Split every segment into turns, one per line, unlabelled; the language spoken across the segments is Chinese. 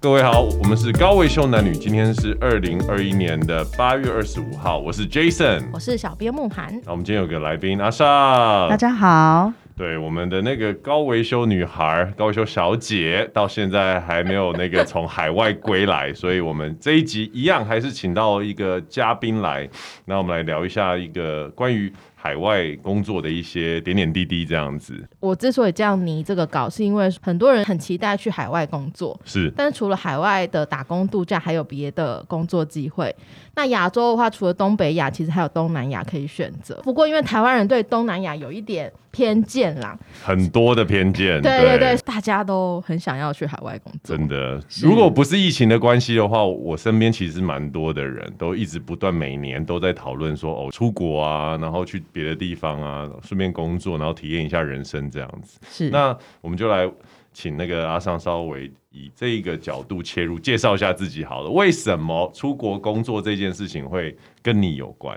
各位好，我们是高维修男女，今天是二零二一年的八月二十五号，我是 Jason。
我是小编慕涵。
那我们今天有个来宾阿莎，
大家好，
对我们的那个高维修女孩、高维修小姐，到现在还没有那个从海外归来，所以我们这一集一样还是请到一个嘉宾来，那我们来聊一下一个关于海外工作的一些点点滴滴，这样子
我之所以这样拟这个稿，是因为很多人很期待去海外工作，
是
但是除了海外的打工度假，还有别的工作机会。那亚洲的话，除了东北亚，其实还有东南亚可以选择。不过因为台湾人对东南亚有一点偏见啦，
很多的偏见，
对对对，大家都很想要去海外工作。
真的，如果不是疫情的关系的话，我身边其实蛮多的人都一直不断每年都在讨论说，哦，出国啊，然后去别的地方啊，顺便工作，然后体验一下人生这样子。
是
那我们就来请那个阿尚稍微以这个角度切入，介绍一下自己好了。为什么出国工作这件事情会跟你有关？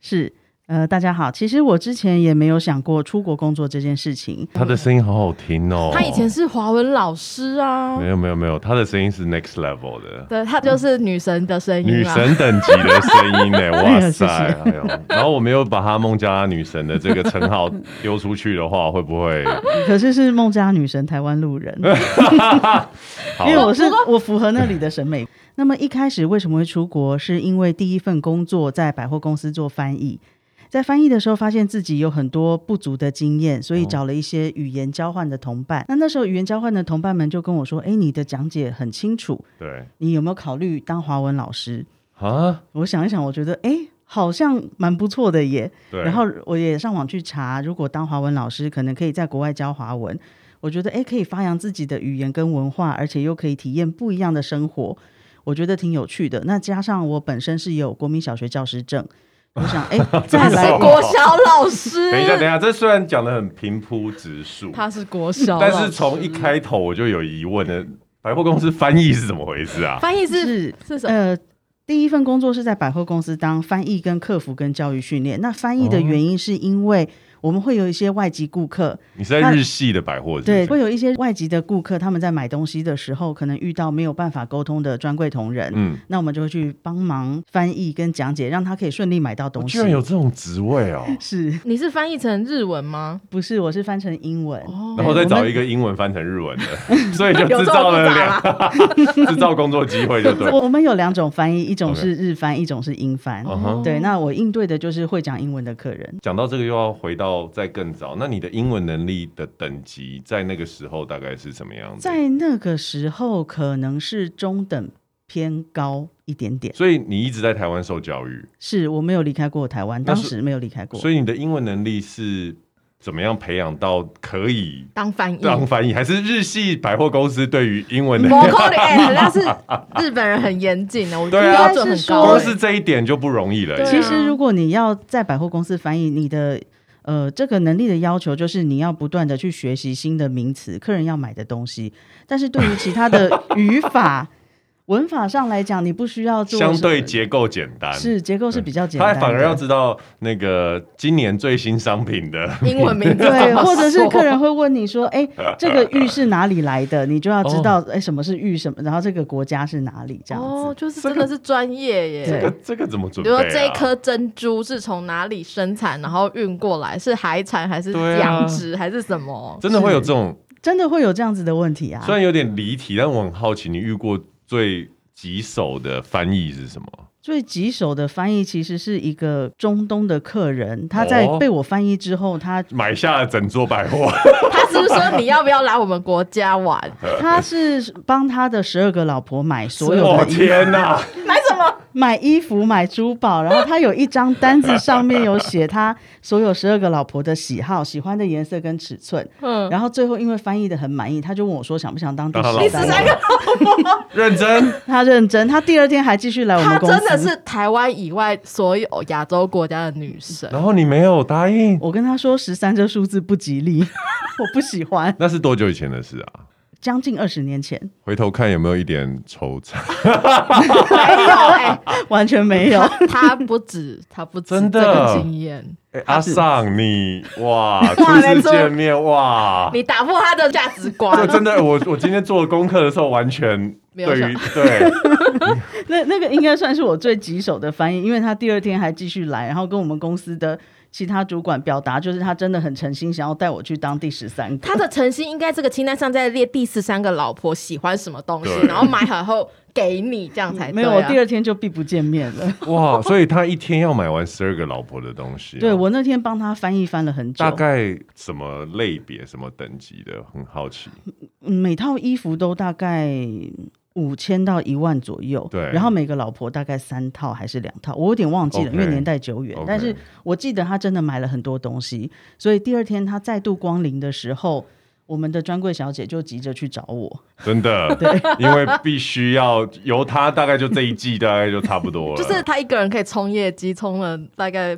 是呃，大家好。其实我之前也没有想过出国工作这件事情，
他的声音好好听哦。
他以前是华文老师啊
没，有没有没有，他的声音是 next level 的。
对他就是女神的声
女
音啊。
神等级的声音 呢、哇塞！
哎呀
哎呦，然后我们又把她孟加拉女神的这个称号丢出去的话，会不 会？
可是是孟加拉女神台湾路人，
好
因为我是我符合那里的审美。那么一开始为什么会出国，是因为第一份工作在百货公司做翻译。在翻译的时候，发现自己有很多不足的经验，所以找了一些语言交换的同伴。那那时候语言交换的同伴们就跟我说：“哎，你的讲解很清楚，
对
你有没有考虑当华文老师
啊，？”
我想一想，我觉得哎，诶好像蛮不错的耶。
对，
然后我也上网去查，如果当华文老师，可能可以在国外教华文。我觉得诶，可以发扬自己的语言跟文化，而且又可以体验不一样的生活，我觉得挺有趣的。那加上我本身是有国民小学教师证，我想诶，
他
再
是
来
国小老 师，
等一下，等一下，这虽然讲的很平铺直述，
他是国小老
但
师，
是从一开头我就有疑问了，百货公司翻译是怎么回事啊？
翻译 是
是
是什么？
呃。第一份工作是在百货公司当翻译、跟客服、跟教育训练。那翻译的原因是因为我们会有一些外籍顾客，
你是在日系的百货是不
对，
是，
会有一些外籍的顾客，他们在买东西的时候，可能遇到没有办法沟通的专柜同仁，
嗯，
那我们就会去帮忙翻译跟讲解，让他可以顺利买到
我
东西。
哦居然有这种职位哦，
是
你是翻译成日文吗？
不是？我是翻成英文，
哦
然后再
我
找
们
一个英文翻成日文 的，所以就
有
制
这
造
么复
了
杂
两
吗？
制造工作机会，就对了。
我我们有两种翻译，一种
OK
是日翻一种是英翻。
嗯哼
对，那我应对的就是会讲英文的客人。
讲到这个，又要回到再更早，那你的英文能力的等级在那个时候大概是什么样子？
在那个时候，可能是中等偏高一点点。
所以你一直在台湾受教育，
是我没有离开过台湾，
那
当
是
时没有离开过。
所以你的英文能力是怎么样培养到可以
当翻译，
嗯
当翻译？还是日系百货公司对于英文的
摩扣的哎，人家是日本人很严谨的，我觉得
对啊
标准很高。
光
光
是这一点就不容易了
对啊
耶。
其实，如果你要在百货公司翻译，你的呃这个能力的要求就是你要不断的去学习新的名词，客人要买的东西。但是对于其他的语法、文法上来讲，你不需要做
相对
什么
结构简单，
是结构是比较简
他
单的，
反而要知道那个今年最新商品的。
英文名字
对，
怎么
或者是
说
客人会问你说：“哎、这个玉是哪里来的？”你就要知
哦
道，哎、什么是玉，什么，然后这个国家是哪里，这样子。
哦，就是
这
真
个
的是专业
这
耶。
个
对
这个怎么准备、
比如
啊？
说这一颗珍珠是从哪里生产，然后运过来，是海产还是
对啊
养殖还是什么？
真的会有这种
真的会有这样子的问题啊
虽？然有点离题，但我很好奇，你遇过最棘手的翻译是什么？
最棘手的翻译其实是一个中东的客人，他在
哦
被我翻译之后， 他
买下了整座百货，
他是不是说你要不要来我们国 家玩？
他是帮他的十二个老婆买所有
哦
的衣
天哪！
买什 么？
买衣服、买珠宝，然后他有一张单子上面有写他所有十二个老婆的喜好、喜欢的颜色跟尺寸。
嗯，
然后最后因为翻译的很满意，他就问我说想不想当第
当他
十
老
三
婆
个？
啊，认真
他认真，他第二天还继续来我
她
们公司。
真的是台湾以外所有亚洲国家的女 神。
然后你没有答应，
我跟他说十三这数字不吉利， 我不喜欢。
那是多久以前的事啊？
将近二十年前，
回头看有没有一点惆怅？
没有哎、
完全没有。
他不止，他不止
真的
这个经验，
哎阿尚，你哇， 初
哇
次
没错
见面哇，
你打破他的价值观
这。真的，我我今天做功课的时候完全
没有
对
想
于对
那那个应该算是我最棘手的翻译，因为他第二天还继续来，然后跟我们公司的其他主管表达，就是他真的很诚心想要带我去当第十三个。
他的诚心应该这个清单上再列第十三个老婆喜欢什么东西
对，
然后买好后给你，这样才
没有，
对
我
啊
第二天就必不见面了。
哇，所以他一天要买完十二个老婆的东西、啊
对。我那天帮他翻译翻了很久
大，概什么类别、什么等级的，很好奇。
嗯每套衣服都大概五千到一万左右，
对
然后每个老婆大概三套还是两套，我有点忘记了
OK
因为年代久远
OK
但是我记得他真的买了很多东西，所以第二天他再度光临的时候，我们的专柜小姐就急着去找我，
真的，因为必须要由他，大概就这一季大概就差不多了。
就是他一个人可以冲业绩，冲了大概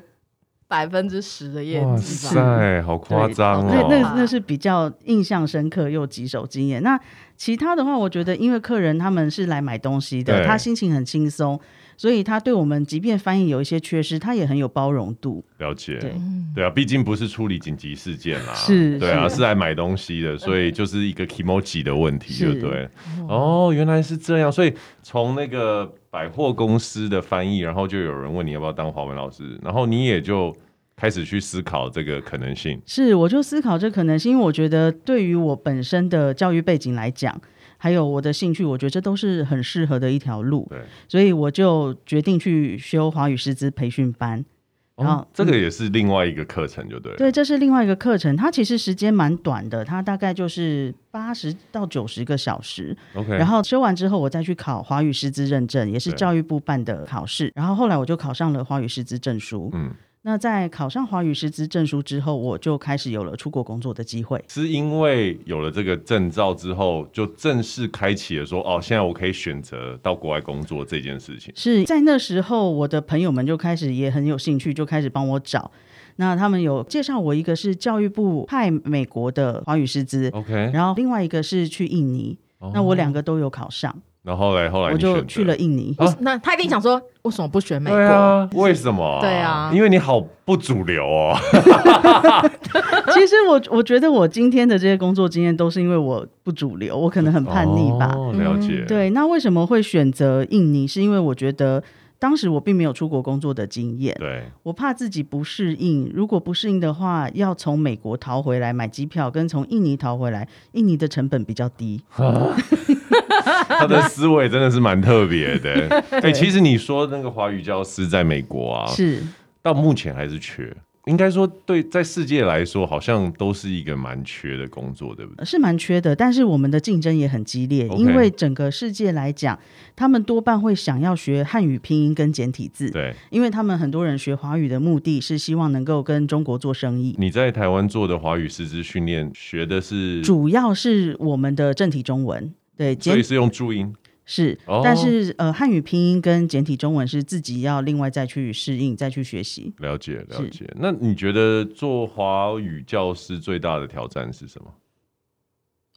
百分之十的业
哇
绩吧。
塞，好夸张
那
哦！
那
哇
那是比较印象深刻又棘手经验。那其他的话，我觉得因为客人他们是来买东西的，
对
他心情很轻松，所以他对我们即便翻译有一些缺失，他也很有包容度。
了解，
对
对啊，毕竟不是处理紧急事件啦，
是
对啊，
是
是来买东西的，所以就是一个 emoji 的问题，
是嗯
就对了。哦，原来是这样，所以从那个百货公司的翻译，然后就有人问你要不要当华文老师，然后你也就开始去思考这个可能性。
是，我就思考这可能性，因为我觉得对于我本身的教育背景来讲，还有我的兴趣，我觉得这都是很适合的一条路，
对，
所以我就决定去修华语师资培训班。然后
哦，这个也是另外一个课程，就对了。
对，这是另外一个课程，它其实时间蛮短的，它大概就是八十到九十个小时。
OK，
然后修完之后，我再去考华语师资认证，也是
对
教育部办的考试。然后后来我就考上了华语师资证书。
嗯，
那在考上华语师资证书之后，我就开始有了出国工作的机会。
是因为有了这个证照之后，就正式开启了说，哦，现在我可以选择到国外工作这件事情。
是在那时候，我的朋友们就开始也很有兴趣，就开始帮我找。那他们有介绍我一个是教育部派美国的华语师资，
哦 OK，
然后另外一个是去印尼。那我两个都有考上，
然后嘞，后来
我
你选
就
择
去了印尼。
啊
那他一定想说，为什么不选美
对
国？
啊，为什么？
对啊
因为你好不主流哦。
其实我我觉得我今天的这些工作经验都是因为我不主流，我可能很叛逆吧。
哦了解。
嗯
对，那为什么会选择印尼？是因为我觉得当时我并没有出国工作的经验，
对
我怕自己不适应。如果不适应的话，要从美国逃回来买机票，跟从印尼逃回来，印尼的成本比较低。
他的思维真的是蛮特别 的。哎，其实你说那个华语教师在美国啊，
是
到目前还是缺。应该说，对，在世界来说，好像都是一个蛮缺的工作，对不对？
是蛮缺的，但是我们的竞争也很激烈
OK
因为整个世界来讲，他们多半会想要学汉语拼音跟简体字。
对，
因为他们很多人学华语的目的是希望能够跟中国做生意，
你在台湾做的华语师资训练，学的是，
主要是我们的正体中文。对，
所以
简
是用注音。
是，
哦
但是呃，汉语拼音跟简体中文是自己要另外再去适应、再去学习。
了解，了
是
解。那你觉得做华语教师最大的挑战是什么？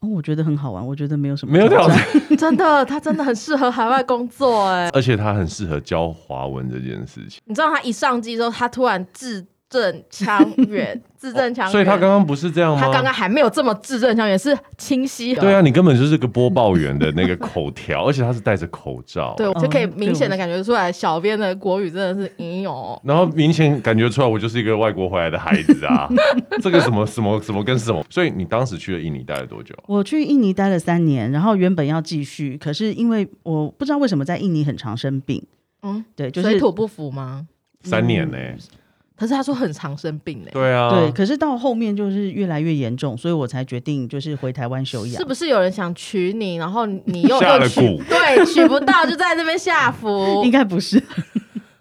哦，我觉得很好玩，我觉得没有什么
没有挑
战
战，
真的，他真的很适合海外工作哎、
而且他很适合教华文这件事情。
你知道他一上机之后，他突然字正 腔圆，字正腔圆、
所以他刚刚不是这样吗？
他刚刚还没有这么字正腔圆，是清晰的。
嗯对啊，你根本就是个播报员的那个口 条，而且他是戴着口罩。
对，就可以
嗯
明显的感觉出来，小编的国语真的是哎呦，
然后明显感觉出来，我就是一个外国回来的孩子 啊！这个什么什么什么跟什么，所以你当时去了印尼待了多久？
我去印尼待了三年，然后原本要继续，可是因为我不知道为什么在印尼很常生病，
嗯，
对，就是
水土不服吗？
三年呢、
嗯可是他说很常生病呢、
对啊，
对，可是到后面就是越来越严重，所以我才决定就是回台湾休养。
是不是有人想娶你，然后你又
下了
又娶
蛊
对娶不到，就在那边下 伏
应？该不是，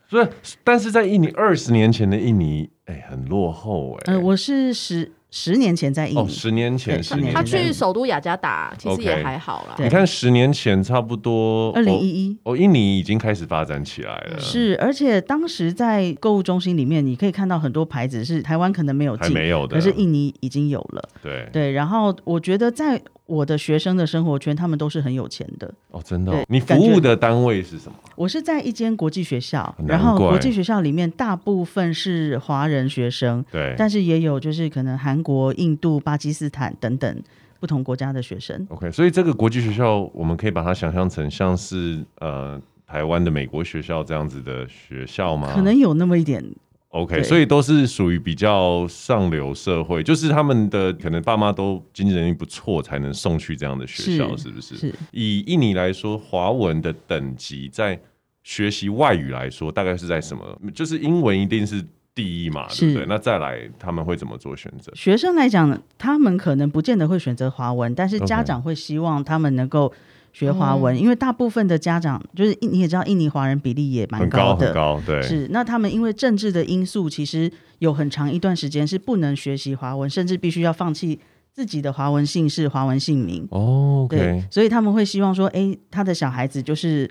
所以但是在印尼二十年前的印尼，哎、很落后哎、
嗯，我是十十年前在印
哦，
尼，
十年前，
对
十年
他
前，
去首都雅加达，其实
OK
也还好啦。
对
你看十年前差不多，
二零一一
哦，呃印尼已经开始发展起来了，
是，而且当时在购物中心里面，你可以看到很多牌子是台湾可能没有
还
进，
没有的，啊哎
可是印尼已经有了。
对
对，然后我觉得在我的学生的生活圈，他们都是很有钱的。
哦，真的哦、
对
你服
感觉
务的单位是什么？
我是在一间国际学校，
难
然后
怪
国际学校里面大部分是华人学生，
对
但是也有就是可能韩国、印度、巴基斯坦等等不同国家的学生。
，OK，所以这个国际学校，我们可以把它想象成像是呃台湾的美国学校这样子的学校吗？
可能有那么一点，
OK，
对
所以都是属于比较上流社会，就是他们的可能爸妈都经济能力不错，才能送去这样的学校，是
是
不是？
是
以印尼来说，华文的等级在学习外语来说，大概是在什么？就是英文一定是第一嘛，对
是
不对？那再来他们会怎么做选择？
学生来讲，他们可能不见得会选择华文，但是
OK
家长会希望他们能够学华文，因为大部分的家长就是印你也知道，印尼华人比例也蛮
很高
的。
很高，对，
是，那他们因为政治的因素，其实有很长一段时间是不能学习华文，甚至必须要放弃自己的华文姓氏、华文姓名。
哦
对
，OK，，
所以他们会希望说，哎，他的小孩子就是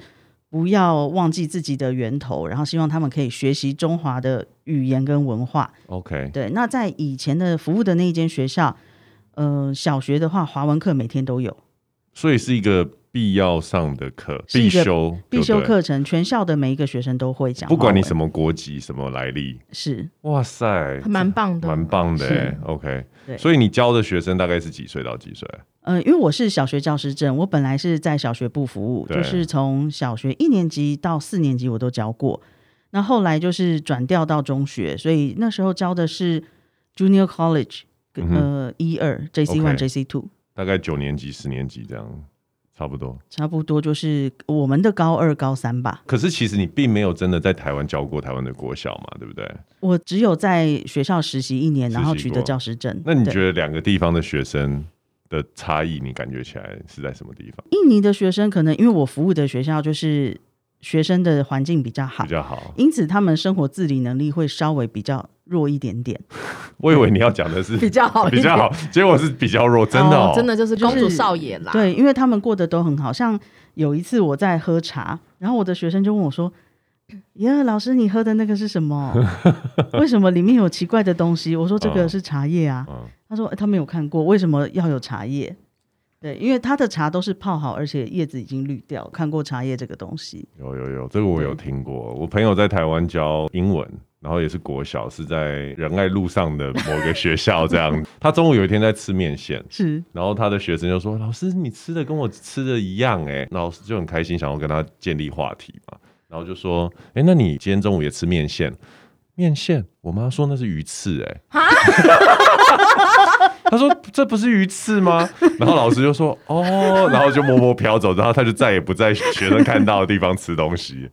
不要忘记自己的源头，然后希望他们可以学习中华的语言跟文化。
OK，
对，那在以前的服务的那一间学校，呃，小学的话，华文课每天都有
所以是一个必要上的课，
是
必
一个
修，
必
对
修
不对，
课程，全校的每一个学生都会讲华
不
文。
管你什么国籍、什么来历，
是
哇塞，
还蛮棒的，
蛮棒的、
是
欸、，OK。
对
所以你教的学生大概是几岁到几岁？啊
呃，因为我是小学教师证，我本来是在小学部服务，
对
就是从小学一年级到四年级我都教过。那后来就是转调到中学，所以那时候教的是 Junior College，、
嗯哼
呃，一二 JC One、
OK
JC Two，
大概九年级、十年级这样，差不多。
差不多就是我们的高二、高三吧。
可是其实你并没有真的在台湾教过台湾的国小嘛，对不对？
我只有在学校实习一年，
实习
然后取得
过
教师证。
那你
对
觉得两个地方的学生的差异，你感觉起来是在什么地方
印尼的学生可能因为我服务的学校就是学生的环境比较好
比，较好？
因此他们生活自理能力会稍微比较弱一点点。
我以为你要讲的是
比较好 一
比
点，
较好，结果是比较弱，真的、哦
真的就是公主
就是
少爷啦，
对，因为他们过得都很好。像有一次我在喝茶，然后我的学生就问我说：“耶，老师，你喝的那个是什么？ 为什么里面有奇怪的东西？”我说：“这个
嗯
是茶叶啊。
嗯，
他说：“诶他没有看过，为什么要有茶叶？”对，因为他的茶都是泡好，而且叶子已经绿掉。看过茶叶这个东西，
有有有，这个我有听过。我朋友在台湾教英文，然后也是国小，是在仁爱路上的某个学校这样。他中午有一天在吃面线，
是
然后他的学生就说：“老师，你吃的跟我吃的一样哎、老师就很开心，想要跟他建立话题嘛。然后就说：“哎、那你今天中午也吃面线？面线？我妈说那是鱼翅哎、 他说：“这不是鱼翅吗？”然后老师就说：“哦。”然后就默默飘走，然后他就再也不在学生看到的地方吃东西。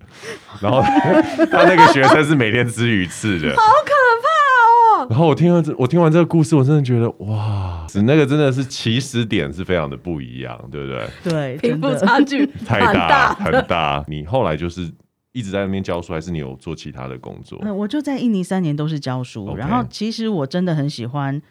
然后他那个学生是每天吃鱼翅的， 然后我听完这，我听完这个故事，我真的觉得哇，那个真的是起始点是非常的不一样，对不对？
对，
贫
真
富
的
差距
太
很
大
大。
很大。你后来就是一直在那边教书，还是你有做其他的工作？
那呃我就在印尼三年都是教书
OK
然后其实我真的很喜欢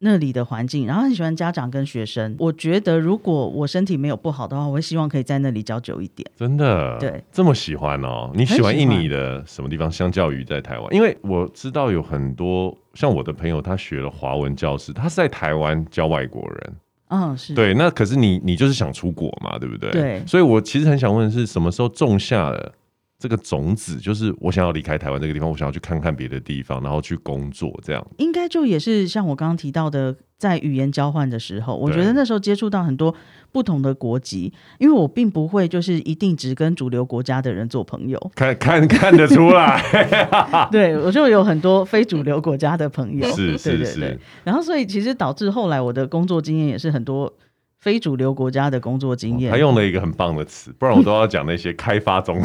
那里的环境，然后很喜欢家长跟学生。我觉得如果我身体没有不好的话，我会希望可以在那里教久一点。
真的，
对，
这么喜欢哦。你喜欢印尼的什么地方？相较于在台湾，因为我知道有很多像我的朋友，他学了华文教师，他是在台湾教外国人。
嗯，是
对，那可是你，你就是想出国嘛，对不对？
对
所以我其实很想问的是，什么时候种下了这个种子？就是我想要离开台湾这个地方，我想要去看看别的地方，然后去工作这样。
应该就也是像我刚刚提到的，在语言交换的时候，我
对
觉得那时候接触到很多不同的国籍，因为我并不会就是一定只跟主流国家的人做朋友，
看看看得出来，
对我就有很多非主流国家的朋友。
啊 是
对
是
对对
是，
然后，所以其实导致后来我的工作经验也是很多非主流国家的工作经验。
他用了一个很棒的词，不然我都要讲那些开发 中，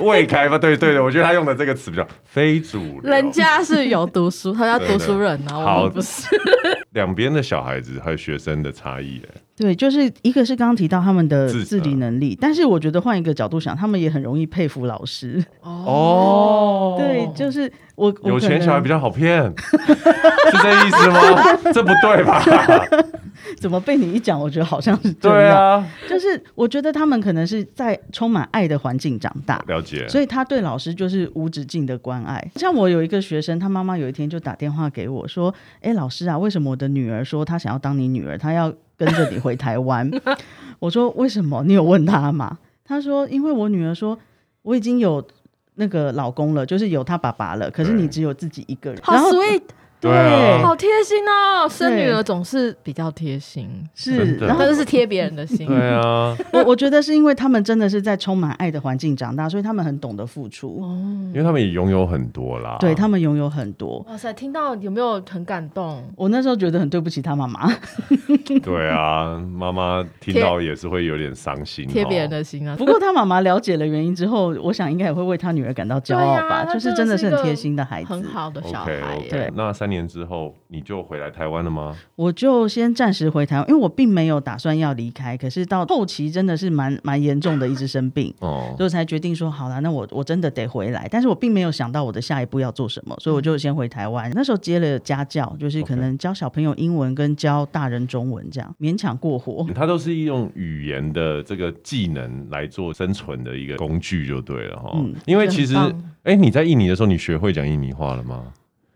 未开发，对对对，我觉得他用的这个词比较非主流。
人家是有读书，他叫
对对
读书人啊，
好
我们不是。
两边的小孩子还有学生的差异，哎
对，就是一个是刚刚提到他们的
自
自理
嗯
能力，但是我觉得换一个角度想，他们也很容易佩服老师。
哦
对，就是我我
有钱小孩比
较
较好骗，是这意思吗？这不对吧？
怎么被你一讲，我觉得好像是这
对
样。
啊，
就是我觉得他们可能是在充满爱的环境长大，
了解。
所以他对老师就是无止境的关爱。像我有一个学生，他妈妈有一天就打电话给我说：“哎，老师啊，为什么我的女儿说她想要当你女儿，她要跟着你回台湾？” 我说：“为什么？你有问她吗？”她说：“因为我女儿说我已经有那个老公了，就是有她爸爸了，可是
对
你只有自己一个人。”
好
然后
sweet，
对啊
好贴心哦。生女儿总是比较贴心，
是，
真的
然后
但是是贴别人的心。
对啊，
我我觉得是因为他们真的是在充满爱的环境长大，所以他们很懂得付出，
哦
因，为他们也拥有很多啦。
对他们拥有很多。
哇塞，听到有没有很感动？
我那时候觉得很对不起他妈妈，
对啊，妈妈听
贴
到也是会有点伤心哦。
贴别人的心啊，
不过他妈妈了解了原因之后，我想应该也会为他女儿感到骄傲
对
吧，
啊他
就是真
真
的
的
是
是
很贴心的孩子。
很好的小
OK
孩耶。
OK，那三年之后你就回来台湾了吗？
我就先暂时回台湾，因为我并没有打算要离开，可是到后期真的是蛮蛮严重的，一直 生病。
哦
所以我才决定说好了，那我我真的得回来，但是我并没有想到我的下一步要做什么，所以我就先回台湾。那时候接了家教，就是可
OK
能教小朋友英文跟教大人中文这样，勉强过活。
嗯
它都是用语言的这个技能来做生存的一个工具就对了哈。
嗯
因为其实，
很
哎
棒、
你在印尼的时候，你学会讲印尼话了吗？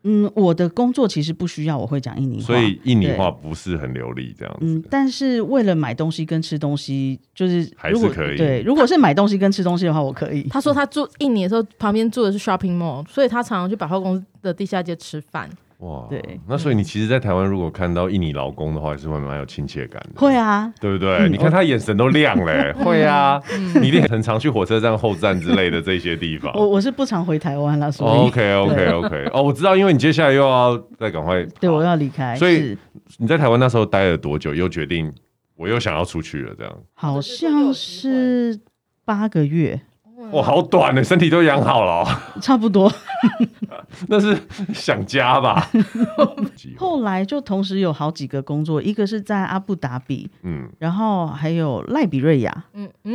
嗯，我的工作其实不需要我会讲印尼话，
所以印尼话不是很流利，这样子。
嗯，但是为了买东西跟吃东西，就是
还
如果
是可以
对，如果是买东西跟吃东西的话，我可以。
他说他住印尼的时候，旁边住的是 shopping mall，所以他常常去百货公司的地下街吃饭。
哇，
对。嗯
那所以你其实，在台湾如果看到印尼劳工的话，也是会蛮有亲切感的。
会啊，
对不对？你看他眼神都亮了、 欸，会啊，你一定很常去火车站后站之类的这些地方。
嗯 我我是不常回台湾啦，所以、
哦 OK OK OK，哦，我知道，因为你接下来又要再赶快，
对
好
我要离开，
所以
是
你在台湾那时候待了多久？又决定我又想要出去了，这样
好像是八个月，
哇，好短呢、欸身体都养好了哦、
差不多。
那是想家 吧？
后来就同时有好几个工作，一个是在阿布达比，
嗯，
然后还有赖比瑞亚。
嗯嗯，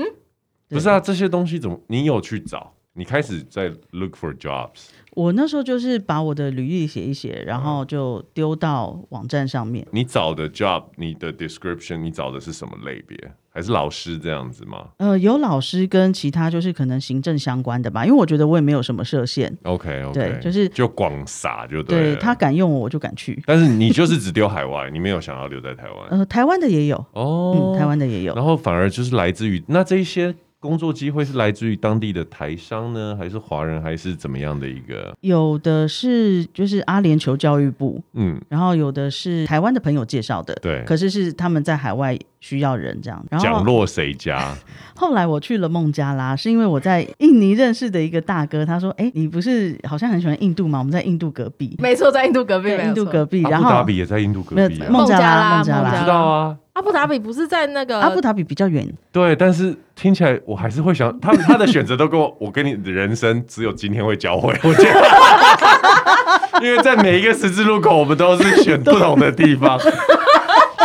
对
不是啊，这些东西怎么你有去找？你开始在 look for jobs，
我那时候就是把我的履历写一写，
哦
然后就丢到网站上面。
你找的 job，你的 description，你找的是什么类别？还是老师这样子吗
呃，有老师跟其他就是可能行政相关的吧，因为我觉得我也没有什么设限，
？OK OK，
对就是
就广撒就
对
了
他，敢用我，我就敢去。
但是你就是只丢海外，你没有想要留在台湾
呃，台湾的也有，
哦
嗯，，台湾的也有。
然后反而就是来自于那这一些工作机会是来自于当地的台商呢，还是华人，还是怎么样的一个？
有的是就是阿联酋教育部，
嗯，
然后有的是台湾的朋友介绍的，
对
可是是他们在海外需要人这样。然
讲
后
落谁家？
后来我去了孟加拉，是因为我在印尼认识的一个大哥，他说：“哎，你不是好像很喜欢印度吗？我们在印度隔壁，
没错，在印度隔壁，
对，印度
没有错
隔壁。”
阿
然
布达
后
比也在印度隔
没有
壁啊，
孟加拉，
孟加拉
孟加
孟
我
加
拉，
知道啊。
阿布达比不是在那个
阿布达比比较远，
对，但是听起来我还是会想，他他的选择都跟我，我跟你的人生只有今天会交汇，我觉得， 因为在每一个十字路口，我们都是选不同的地方，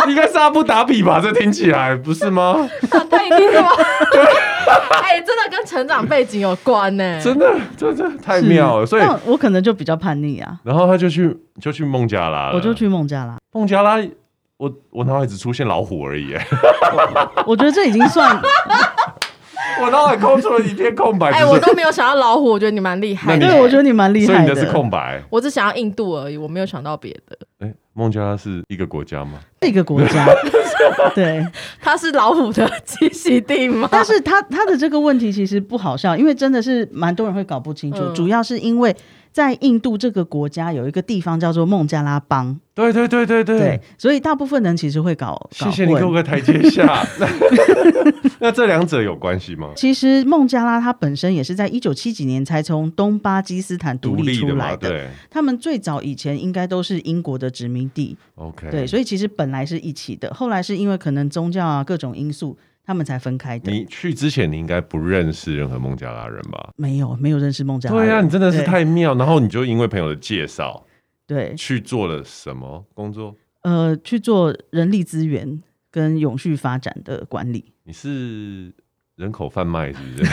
应该是阿布达比吧？这听起来不是吗？
他一定是吧？ 哎，真的跟成长背景有关 呢、
真的，真的太妙了，
是
所以。
但我可能就比较叛逆啊，
然后他就去就去孟加拉了，
我就去孟加拉。
孟加拉，我我脑海只出现老虎而已，哎
我觉得这已经算
我脑海空出了一片空白。只
哎、
是
我都没有想到老虎，我觉得你蛮厉害的、
对，我觉得
得
你蛮厉
所以
害
你的是空白。
我只想要印度而已，我没有想到别的。
哎，孟加拉是一个国家吗？
这个国 家，对。
它是老虎的栖息地吗？
但是他他的这个问题其实不好笑，因为真的是蛮多人会搞不清楚，
嗯
主要是因为在印度这个国家有一个地方叫做孟加拉邦，
对对对对对
对，所以大部分人其实会搞
谢
搞
谢你给我
混。
个台阶 下。那那这两者有关系吗？
其实孟加拉它本身也是在一九七几年才从东巴基斯坦
独
独立
立
出
的嘛，
来的，
对
他们最早以前应该都是英国的殖民地，
，OK，
对，所以其实本来是一起的，后来是因为可能宗教啊各种因素，他们才分开的。
你去之前你应该不认识任何孟加拉人吧？
没有没有认识孟加拉人，
对啊，你真的是
对
太妙。然后你就因为朋友的介绍
对
去做了什么工作？
呃去做人力资源跟永续发展的管理。
你是人口贩卖是不是？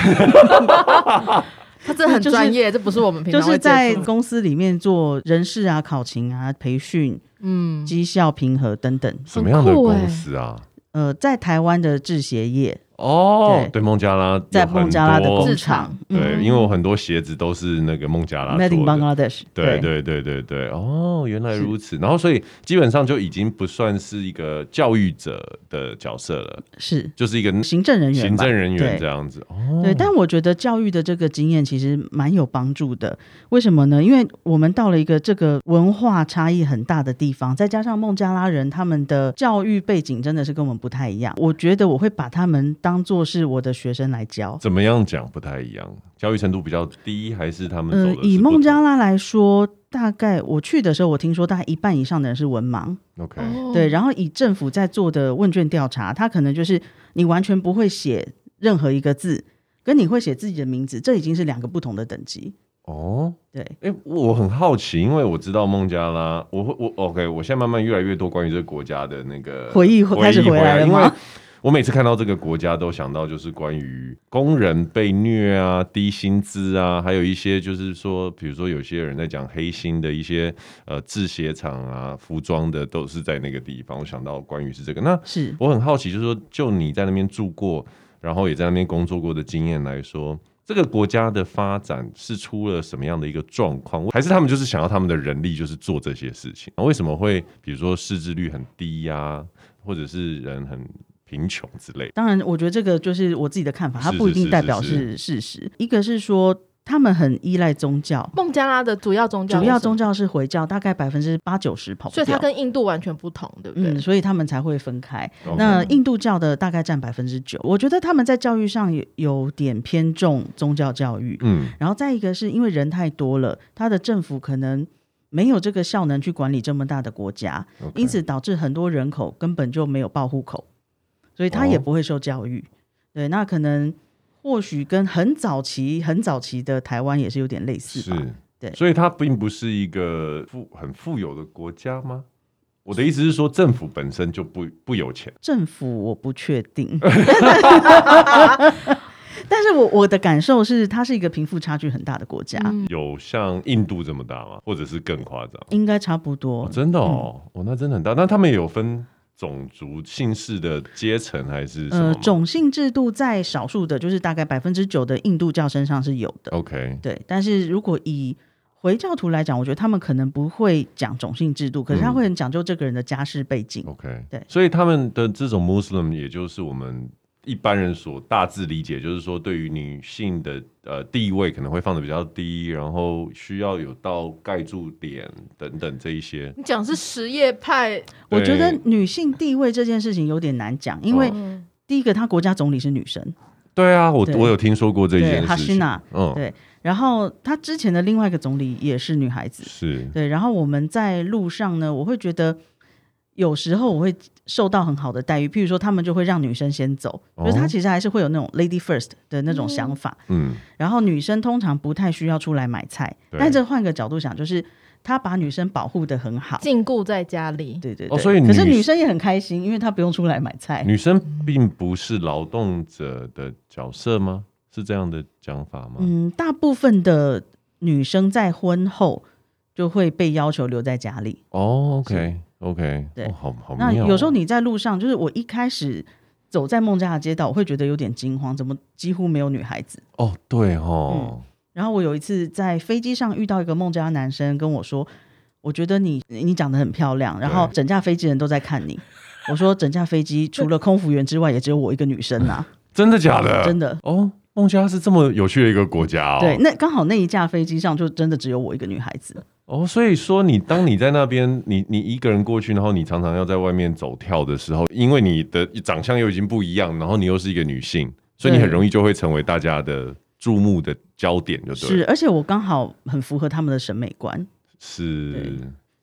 他这很
就是
专业，这不是我们平
就
常
是
会
在
接触的。
公司里面做人事啊、考勤啊、培训、
嗯，
绩效评核等等。
什么样的
很酷欸
公司啊？
呃，在台湾的制鞋业，
哦，
对
对，孟加拉有
在
很
孟加拉的
多
工
制
厂嗯
厂，
对，因为我很多鞋子都是那个孟加拉
Made
做
in
的。
Bangladesh，
对对对对对，哦，原来如此。然后，所以基本上就已经不算是一个教育者的角色了，
是
就是一个
行政人员吧，
行政人员
对
这样子。哦，
对，但我觉得教育的这个经验其实蛮有帮助的。为什么呢？因为我们到了一个这个文化差异很大的地方，再加上孟加拉人他们的教育背景真的是跟我们不太一样。我觉得我会把他们当做是我的学生来教。
哦怎么样讲不太一样？教育程度比较低，还是他们走
嗯
的、，
以孟加拉来说，大概我去的时候，我听说大概一半以上的人是文盲，
，OK，
哦
对。然后以政府在做的问卷调查，他可能就是你完全不会写任何一个字，跟你会写自己的名字，这已经是两个不同的等级。
哦，
对，
哎、我很好奇，因为我知道孟加拉，我会我 OK，我现在慢慢越来越多关于这个国家的那个
回忆
回忆
开始
回
回来了
因为
吗？
我每次看到这个国家，都想到就是关于工人被虐啊、低薪资啊，还有一些就是说，比如说有些人在讲黑心的一些呃制鞋厂啊、服装的，都是在那个地方。我想到关于是这个，那
是
我很好奇，就是说，就你在那边住过，然后也在那边工作过的经验来说，这个国家的发展是出了什么样的一个状况？还是他们就是想要他们的人力就是做这些事情？为什么会比如说识字率很低呀、或者是人很贫穷之类的？
当然，我觉得这个就是我自己的看法，它
是
不一
是
定
是
代
是
表
是
是事实。一个是说他们很依赖宗教，
孟加拉的主要宗教
主
是
要
什么
宗，教是回教，大概百分之八九十跑不
所以它
掉
跟印度完全不同，对不对？
嗯，所以他们才会分开。
哦 OK
那印度教的大概占百分之九，我觉得他们在教育上有有点偏重宗教教育。
嗯，
然后再一个是因为人太多了，他的政府可能没有这个效能去管理这么大的国家，因此导致很多人口根本就没有报户口，所以他也
哦
不会受教育。对，那可能或许跟很早期、很早期的台湾也是有点类似
是
吧。，对
所以它并不是一个富很富有的国家吗？我的意思是说，政府本身就不不有钱。
政府我不确 定， 但是我我的感受是，它是一个贫富差距很大的国家，
嗯
有像印度这么大吗？或者是更夸张？
应该差不多。
哦，真的哦，
嗯
哦，那真的很大。那他们也有分种族、姓氏的阶层还是什么
呃，
吗？
种姓制度在少数的，就是大概百分之九的印度教身上是有的。
OK，
对，但是如果以回教徒来讲，我觉得他们可能不会讲种姓制度，可是
嗯
他
哦
会很讲究这个人的家世背景。
OK，
对
所以他们的这种 Muslim，也就是我们一般人所大致理解，就是说对于女性的呃地位可能会放的比较低，然后需要有到盖住脸等等这一些。
你讲是实业派，
我觉得
对哦
女性地位这件事情有点难讲，因为
嗯，
第一个，她国家总理是女生，
对啊，我
对
我有听说过这
对，
件
哈
事
希
情。
娜，
嗯，
对然后她之前的另外一个总理也是女孩子，
是
对。然后我们在路上呢，我会觉得有时候我会受到很好的待遇，譬如说他们就会让女生先走，
哦
就是她其实还是会有那种 lady first 的那种想法。
嗯，
然后女生通常不太需要出来买菜，
对
但这换个角度想，就是她把女生保护的很好。
禁锢在家里，
对对对，
哦所以女
可是女生也很开心，因为她不用出来买菜。
女生并不是劳动者的角色吗？是这样的讲法吗？
嗯，大部分的女生在婚后就会被要求留在家里。
哦，OK，OK，
对
哦好好
那
妙哦
有时候你在路上，就是我一开始走在孟加拉街道，我会觉得有点惊慌，怎么几乎没有女孩子？
哦，对哦，
然后我有一次在飞机上遇到一个孟加拉男生跟我说，我觉得你你长得很漂亮，然后整架飞机人都在看你。 我说整架飞机除了空服员之外，也只有我一个女生啊，
真的 假的？
真的。
哦，孟加拉是这么有趣的一个国家哦。
对，，那刚好那一架飞机上就真的只有我一个女孩子，
哦，所以说你当你在那边，你你一个人过去，然后你常常要在外面走跳的时候，因为你的长相又已经不一样，然后你又是一个女性，所以你
对
很容易就会成为大家的注目的焦点，就呃对了
是，而且我刚好很符合他们的审美观，
是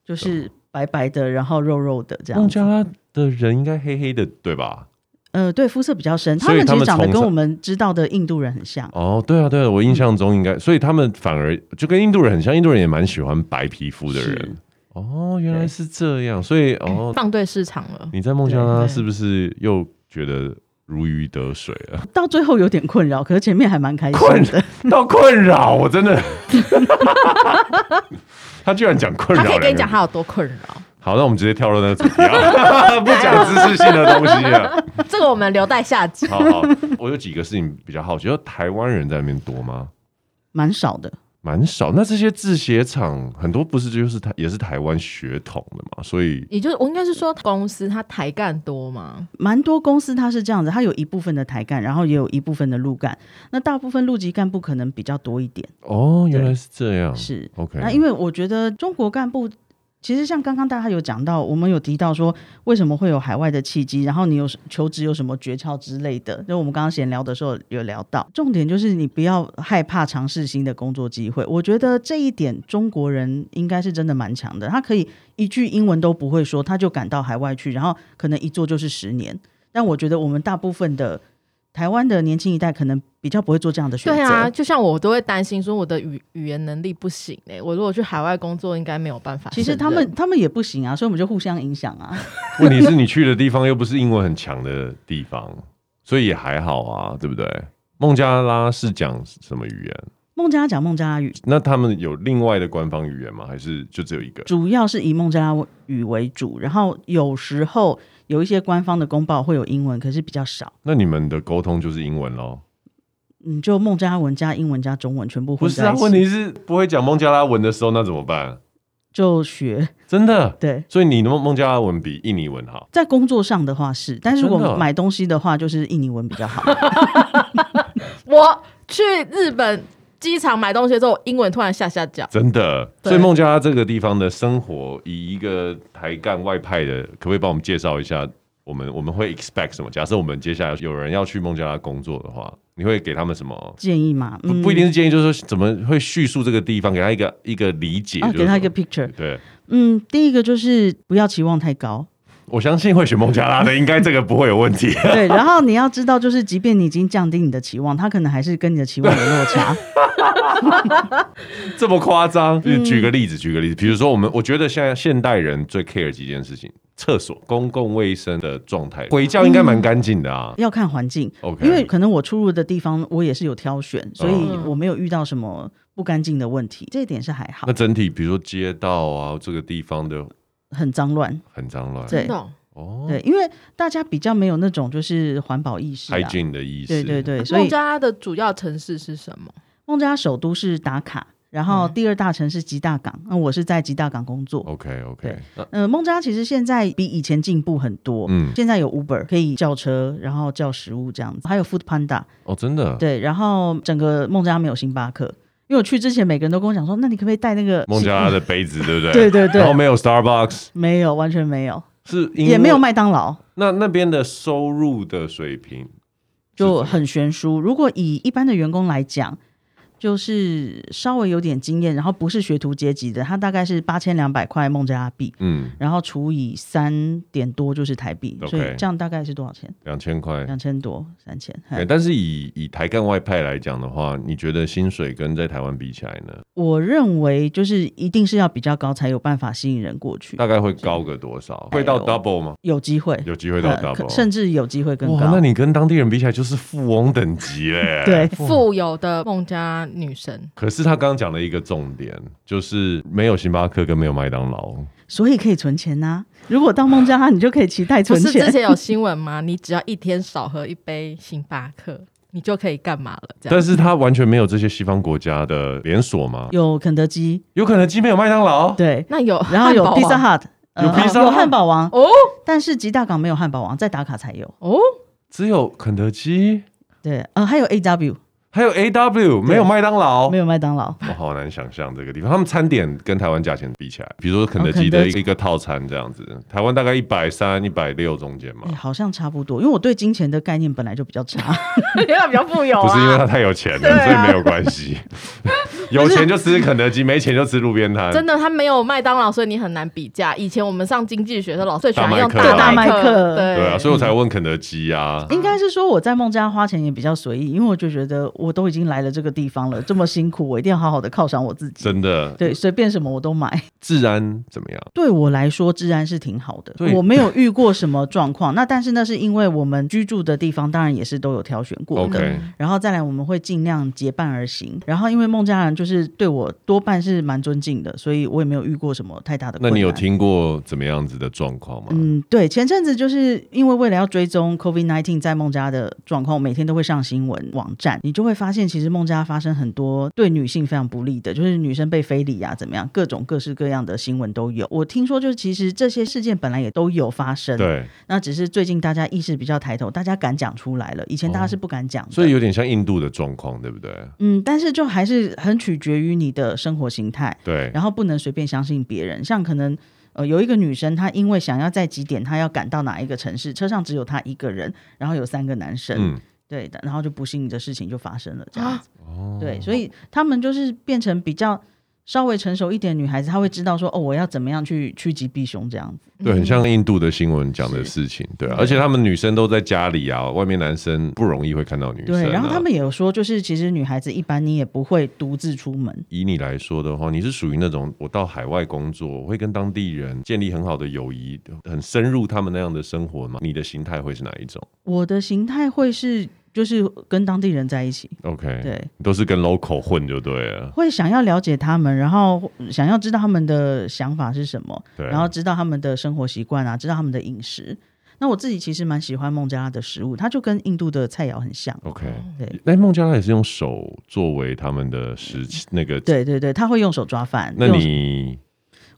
就是白白的，然后肉肉的这样
孟
子
加。拉的人应该黑黑的，对吧？
呃，对，肤色比较深，他
所以
们其
他
实
们
长得
崇
跟
尚
我们知道的印度人很像。
哦，对啊，对啊，我印象中应该，所以他们反而就跟印度人很像，印度人也蛮喜欢白皮肤的
是
人。哦，原
对
来 是这样，所以哦，
放对市场了。
你在孟加
对
拉
对
是不是又觉得如鱼得水啊 了，
到最后有点困扰，可是前面还蛮开心的。
到困扰我真的，他居然讲困
他
扰，
可以跟你讲他有多困扰，
好，那我们直接跳入那个主题啊，不讲知识性的东西了。
这个我们留待下集。
好好，我有几个事情比较好奇，就台湾人在那边多吗？
蛮少的，
蛮少。那这些制鞋厂很多不是就是台也是台湾血统的嘛，所以
也就是我应该是说公司它抬干多嘛，
蛮多公司它是这样子，它有一部分的台干，然后也有一部分的路干。那大部分路籍干部可能比较多一点，
哦，原来是这样。
是。
OK，
那因为我觉得中国干部。其实像刚刚大家有讲到，我们有提到说为什么会有海外的契机，然后你有求职有什么诀窍之类的，就我们刚刚闲聊的时候有聊到。重点就是你不要害怕尝试新的工作机会，我觉得这一点中国人应该是真的蛮强的，他可以一句英文都不会说，他就赶到海外去，然后可能一做就是十年。但我觉得我们大部分的台湾的年轻一代可能比较不会做这样的选择。
对啊，就像我都会担心说我的语语言能力不行哎、我如果去海外工作应该没有办法胜
其
任。
实他们他们也不行啊，所以我们就互相影响啊。
问题是你去的地方又不是英文很强的地方，所以也还好啊，对不对？孟加拉是讲什么语言？
孟加拉讲孟加拉语，
那他们有另外的官方语言吗？还是就只有一个？
主要是以孟加拉语为主，然后有时候有一些官方的公报会有英文，可是比较少。
那你们的沟通就是英文喽？
嗯，就孟加拉文加英文加中文全部
不
混
是
在
啊
一，起，
问题是不会讲孟加拉文的时候，那怎么办？
就学。
真的，
对，
所以你的孟孟加拉文比印尼文好。
在工作上的话是，但是如
真的
果
哦
买东西的话，就是印尼文比较好。
我去日本机场买东西之后，英文突然下下脚。
真的，
对
所以孟加拉这个地方的生活，以一个台干外派的，可不可以帮我们介绍一下？我们我们会 expect 什么？假设我们接下来有人要去孟加拉工作的话，你会给他们什么？
建议嘛，
不
嗯，
不一定是建议，就是说怎么会叙述这个地方，给他一个一个理解，
啊，
就是
给他一个
说
picture。
对。
嗯，第一个就是不要期望太高，
我相信会选孟加拉的，应该这个不会有问 题。
对。然后你要知道，就是即便你已经降低你的期望，他可能还是跟你的期望有落差。
这么夸张？
嗯
就是举个例子，举个例子，比如说我们，我觉得现在现代人最 care 几件事情：厕所、公共卫生的状态。回教应该蛮干净的啊。
要看环境
OK 哦
因为可能我出入的地方我也是有挑选，所以
嗯
我没有遇到什么不干净的问题，这一点是还好
那。整体，比如说街道啊，这个地方的
很脏乱，
很脏乱，
对
真的哦
哦，
对，因为大家比较没有那种就是环保意识、
海
啊，
景的意思。
对对。对，所
孟
以
加拉的主要城市是什么？
孟加拉首都是达卡，然后
嗯
第二大城市吉大港，那、我是在吉大港工作。
OK OK，
对呃，孟加拉其实现在比以前进步很多，
嗯，
现在有 Uber 可以叫车，然后叫食物这样子，还有 Food Panda，
哦，真的，
对，然后整个孟加拉没有星巴克，因为我去之前每个人都跟我讲说，那你可不可以带那个
孟加拉的杯子，对不对？
对对对
然后没有 Starbucks，
没有，完全没有，
是因为
也没有。麦当劳，
那那边的收入的水平
就很悬殊。如果以一般的员工来讲，就是稍微有点经验，然后不是学徒阶级的，他大概是八千两百块孟加拉币，
嗯，
然后除以三点多就是台币
OK
所以这样大概是多少钱？
两千块，
两千多，三千。
对，但是以以台干外派来讲的话，你觉得薪水跟在台湾比起来呢，
我认为就是一定是要比较高才有办法吸引人过去，
大概会高个多少？会到 double 吗？
有机会，
有机会到
呃可
double，
甚至有机会更
哇，
高
那。你跟当地人比起来就是富翁等级嘞。
对，
富有的孟加拉女神，
可是他刚刚讲了一个重点，就是没有星巴克跟没有麦当劳。
所以可以存钱呐、如果到孟加拉，你就可以期待
不
存
哦是之
钱。
前有新闻吗？ 你只要一天少喝一杯星巴克，你就可以干嘛了？这样
但是他完全没有这些西方国家的连锁吗？
有肯德基，
有可能鸡没有麦当劳，
对，
那有
然后有
哦汉堡
Pizza
王
Hut，呃
有 Pizza
有
Hut
汉堡王，
哦
但是吉大港没有汉堡王，在打卡才有。
哦，
只有肯德基，
对，呃，还有 A W，
还有 A W，没有麦当劳
没。有麦当劳。
我好难想象这个地方，他们餐点跟台湾价钱比起来，比如说肯德
哦
基
肯
的
德
一
基
个一个套餐这样子，台湾大概一百三、一百六中间嘛
哎、。好像差不多，因为我对金钱的概念本来就比较差。
因为比较富有
不是因为
啊。
他太有钱了，
对啊
所以没有关 系。有钱就吃肯德基，没钱就吃路边
嗯
摊。
真的，他没有麦当劳，所以你很难比价。以前我们上经济学的时候老师最喜欢用
大
大
麦克
克，
对
啊对啊，所以我才问肯德基啊。
应该是说我在孟加拉花钱也比较随意，因为我就觉得我都已经来了这个地方了，这么辛苦，我一定要好好的犒赏我自己。
真的，
对，随便什么我都买。
治安怎么样？
对我来说，治安是挺好的
对，
我没有遇过什么状况。那但是那是因为我们居住的地方，当然也是都有挑选过的。
OK
然后再来，我们会尽量结伴而行。然后因为孟家人就是对我多半是蛮尊敬的，所以我也没有遇过什么太大的
那
困难。
你有听过怎么样子的状况吗？
嗯，对，前阵子就是因为为了要追踪 COVID 1 9在孟加的状况，我每天都会上新闻网站，你就会发现其实孟加发生很多对女性非常不利的，就是女生被非礼啊，怎么样，各种各式各样的新闻都有。我听说就是其实这些事件本来也都有发生，，
对，
那只是最近大家意识比较抬头，大家敢讲出来了，以前大家
哦
是不敢讲的。
所以有点像印度的状况，对不对？
嗯，但是就还是很取决于你的生活形态。
对，
然后不能随便相信别人。像可能呃有一个女生，她因为想要在几点她要赶到哪一个城市，车上只有她一个人，然后有三个男生，
嗯，
对的，然后就不幸的事情就发生了，这样
啊
子。
哦
对，所以他们就是变成比较。稍微成熟一点的女孩子，她会知道说，哦，我要怎么样去趋吉避凶这样子。
对，很像印度的新闻讲的
是
事情，对啊，
嗯对
而且他们女生都在家里啊，外面男生不容易会看到女生、啊。
对，然后他们也有说，就是其实女孩子一般你也不会独自出门，
以你来说的话，你是属于那种我到海外工作，我会跟当地人建立很好的友谊，很深入他们那样的生活吗？你的心态会是哪一种
我的形态会是就是跟当地人在一起，
？OK，
对，
你都是跟 local 混就对了。
会想要了解他们，然后想要知道他们的想法是什么，
对，
然后知道他们的生活习惯啊，知道他们的饮食。那我自己其实蛮喜欢孟加拉的食物，它就跟印度的菜肴很像。
OK，
对
那哎孟加拉也是用手作为他们的食器那个。
对对对，他会用手抓饭。
那
用
你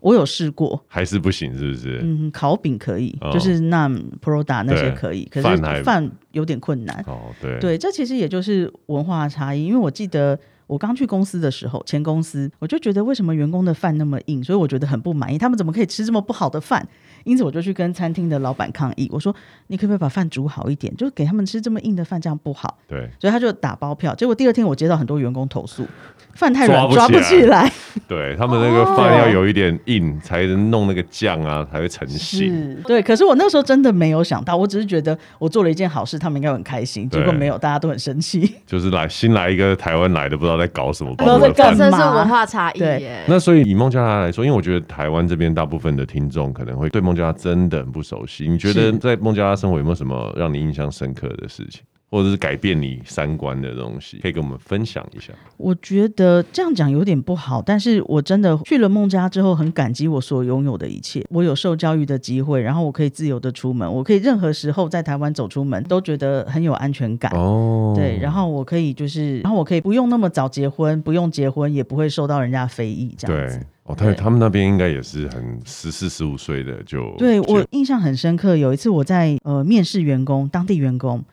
我有试过，
还是不行，是不是？
嗯，烤饼可以，
哦
就是那 Proda 那些可以，可
对饭还
是饭有点困难。
哦，对，
对，这其实也就是文化差异。因为我记得我刚去公司的时候，前公司我就觉得为什么员工的饭那么硬，所以我觉得很不满意，他们怎么可以吃这么不好的饭？因此我就去跟餐厅的老板抗议，我说你可不可以把饭煮好一点，就给他们吃这么硬的饭，这样不好。
对
所以他就打包票，结果第二天我接到很多员工投诉，饭太软
抓
抓
不
不
起来
起来。
对，他们那
哦
个饭要有一点硬，才能弄那个酱啊，才会成型。
是，对。可是我那时候真的没有想到，我只是觉得我做了一件好事，他们应该很开心。结果
对
没有，大家都很生气。
就是来新来一个台湾来的，不知道在搞什么，
不知道在干
这真
嘛
是文化差异
对
耶。
那所以以孟加拉来说，因为我觉得台湾这边大部分的听众可能会对孟加拉真的很不熟悉。你觉得
是
在孟加拉生活有没有什么让你印象深刻的事情，或者是改变你三观的东西，可以跟我们分享一下？
我觉得这样讲有点不好，但是我真的去了孟加之后，很感激我所拥有的一切。我有受教育的机会，然后我可以自由的出门，我可以任何时候在台湾走出门都觉得很有安全感。
哦
对，然后我可以就是，然后我可以不用那么早结婚，不用结婚也不会受到人家非议这样
对
子。
哦，他们
对
他们那边应该也是很十四十五岁的就
对我
就
印象很深刻，有一次我在呃面试员工，当地员工。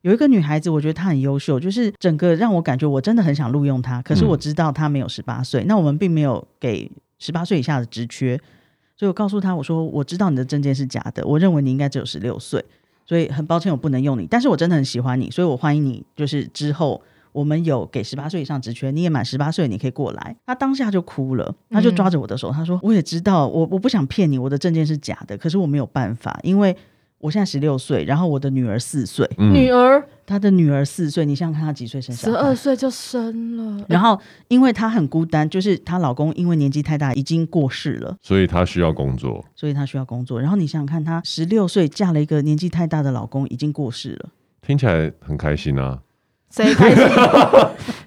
有一个女孩子，我觉得她很优秀，就是整个让我感觉我真的很想录用她。可是
嗯
我知道她没有十八岁，那我们并没有给十八岁以下的职缺，所以我告诉她，我说我知道你的证件是假的，我认为你应该只有十六岁，所以很抱歉我不能用你，但是我真的很喜欢你，所以我欢迎你，就是之后我们有给十八岁以上职缺，你也满十八岁，你可以过来。她当下就哭了，她就抓着我的手，她
嗯
说我也知道，我我不想骗你，我的证件是假的，可是我没有办法，因为我现在十六岁，然后我的女儿四岁。
嗯
女儿
他的女儿四岁，你想想看，他几岁生小
十
孩？
二岁就生了，
然后，因为她很孤单，就是她老公因为年纪太大已经过世了，
所以他需要工作，
所以她需要工作。然后你想想看，她十六岁嫁了一个年纪太大的老公，已经过世了。
听起来很开心啊，
谁开心？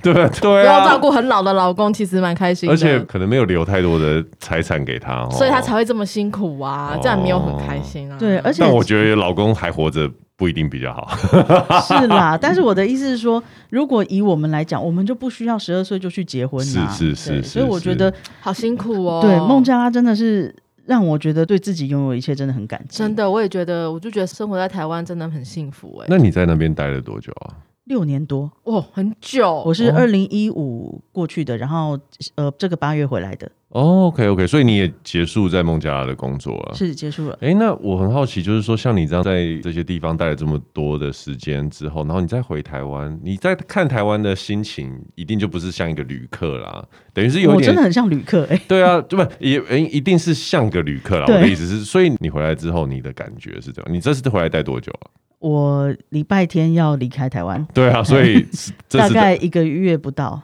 对
不
对啊
要照，顾很老的老公，其实蛮开心的。
而且可能没有留太多的财产给他，哦
所以他才会这么辛苦啊
哦，
这样没有很开心啊。
对而且
但我觉得老公还活着不一定比较 好。
是啦，但是我的意思是说，如果以我们来讲，我们就不需要十二岁就去结婚啦。
是是
啊对
是
所以
是
我觉得，
好辛苦哦。
对孟加拉真的是让我觉得对自己拥有一切真的很感激。
真的，我也觉得，我就觉得生活在台湾真的很幸福哎、
那你在那边待了多久啊？
六年多，
哇，很久
我，是
哦
二零一五过去的，然后呃，这个八月回来的，
哦、o k OK，所以你也结束在孟加拉的工作了。
是结束了。
哎、那我很好奇，就是说，像你这样在这些地方待了这么多的时间之后，然后你再回台湾，你再看台湾的心情，一定就不是像一个旅客啦，等于是有
我真
点
的很像旅客哎、
对啊，对不也诶一定是像个旅客啦。我
对
的意思是，所以你回来之后，你的感觉是怎样？你这次回来待多久啊？
我礼拜天要离开台湾，
对啊，所 以这
大
是啊
概一个月不到，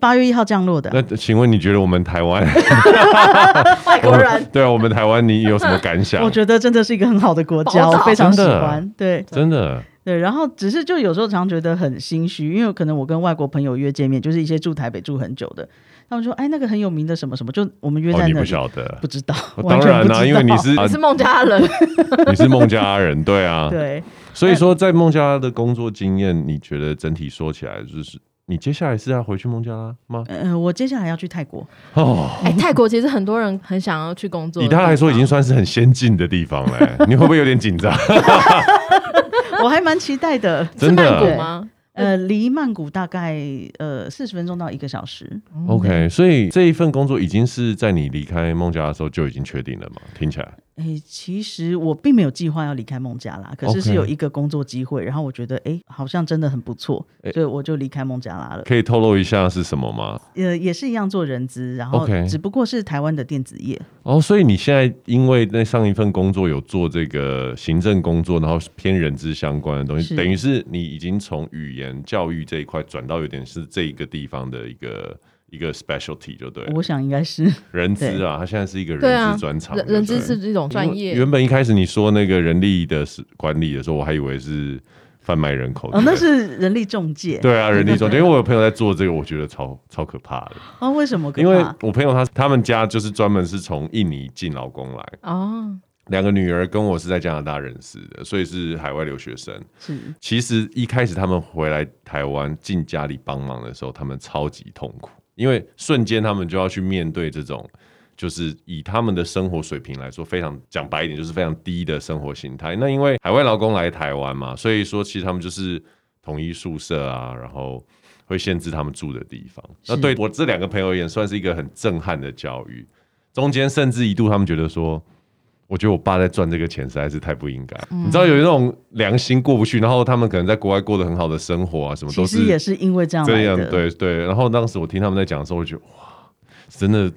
八月一号降落的。
那请问你觉得我们台 湾，
外
我
国
们
人。
对啊，我们台湾你有什么感想
我？觉得真的是一个很好的国家，
宝
我
藏
非常喜
真的
欢。对
真的，
对，然后只是就有时候常觉得很心虚，因为可能我跟外国朋友约见面，就是一些住台北住很久的，他们说：“哎，那个很有名的什么什么，就我们约
哦，
在
你
那
不
里。
晓得，哦
不知道，
当
完全
然
不
啦、
知
因为你
道
是、啊
你是孟加拉人，
你是孟加拉人，对啊，
对，
所以说在孟加拉的工作经验，你觉得整体说起来，就是你接下来是要回去孟加拉吗？
呃，我接下来要去泰国，
哦，
哎，泰国其实很多人很想要去工作的
以
地方。
他来说已经算是很先进的地方了、欸 你会不会有点紧张？
我还蛮期待的。
是
真
曼
的
谷吗？
呃，离曼谷大概呃四十分钟到一个小时。
，OK，所以这一份工作已经是在你离开孟加拉的时候就已经确定了嘛？听起来，
哎、其实我并没有计划要离开孟加拉，可是
OK
是有一个工作机会，然后我觉得哎、好像真的很不错，
哎
所以我就离开孟加拉了。
可以透露一下是什么吗？
呃，也是一样做人资，然后
OK
只不过是台湾的电子业。
哦，所以你现在因为那上一份工作有做这个行政工作，然后偏人资相关的东西，
是
等于是你已经从语言教育这一块转到有点是这一个地方的一个一个 specialty 就对了
我想应该 是
人资
对
啊，它现在是一个
对啊
人资专场，
人
对
人
不对
资是一种专
因为
业，
原本一开始你说那个人力的是管理的时候，我还以为是贩卖人口
哦，那
之类的
是人力中介。
对啊，人力中介，因为我有朋友在做这个，我觉得超超可怕的，
哦，为什么可怕？
因为我朋友他他们家就是专门是从印尼进劳工来。
哦，
两个女儿跟我是在加拿大认识的，所以是海外留学生。
是
其实一开始他们回来台湾进家里帮忙的时候，他们超级痛苦，因为瞬间他们就要去面对这种，就是以他们的生活水平来说，非常讲白一点，就是非常低的生活形态。那因为海外劳工来台湾嘛，所以说其实他们就是统一宿舍啊，然后会限制他们住的地方。那
是
对我这两个朋友而言，算是一个很震撼的教育。中间甚至一度他们觉得说，我觉得我爸在赚这个钱实在是太不应该。你知道有那种良心过不去，然后他们可能在国外过得很好的生活啊，什么
其
都
实也是因为这样
这
来
样
的。，
对对。然后当时我听他们在讲的时候，我就觉得哇，真的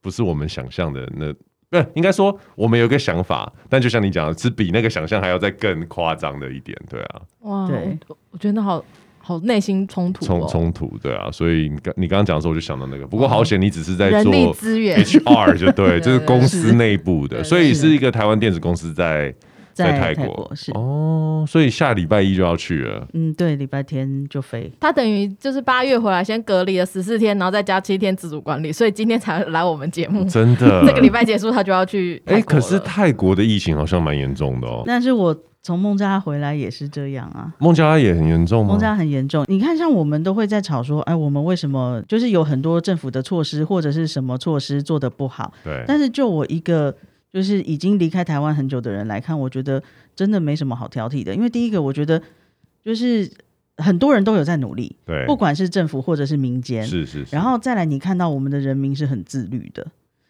不是我们想象的那。不，应该说我们有一个想法，但就像你讲的，是比那个想象还要再更夸张的一点，对啊，
哇，
对
我我觉得好好内心冲突
冲
哦，
冲突，对啊，所以你刚你刚刚讲的时候，我就想到那个。不过好险，你只是在
人
做
力资源
HR 就对，
对
就是公司
是
内部的，
对
所以
是
是一个台湾电子公司在
在
泰
泰
国
是。
哦，所以下礼拜一就要去了。
嗯，对，礼拜天就飞。
他等于就是八月回来，先隔离了十四天，然后再加七天自主管理，所以今天才来我们节目。
嗯
真 的，
这个礼拜结束，他就要去
哎、
泰国
嗯可
了。
是泰国的疫情好像蛮严重的哦，
但是我从孟加拉回来也是这样啊。
孟加拉也很严重吗？
孟加拉很严重，你看，像我们都会在吵说，哎，我们为什么就是有很多政府的措施或者是什么措施做得不好？
对，
但是就我一个就是已经离开台湾很久的人来看，我觉得真的没什么好挑剔的。因为第一个，我觉得就是很多人都有在努力，
对，
不管是政府或者是民间。
是是是，
然后再来，你看到我们的人民是很自律的，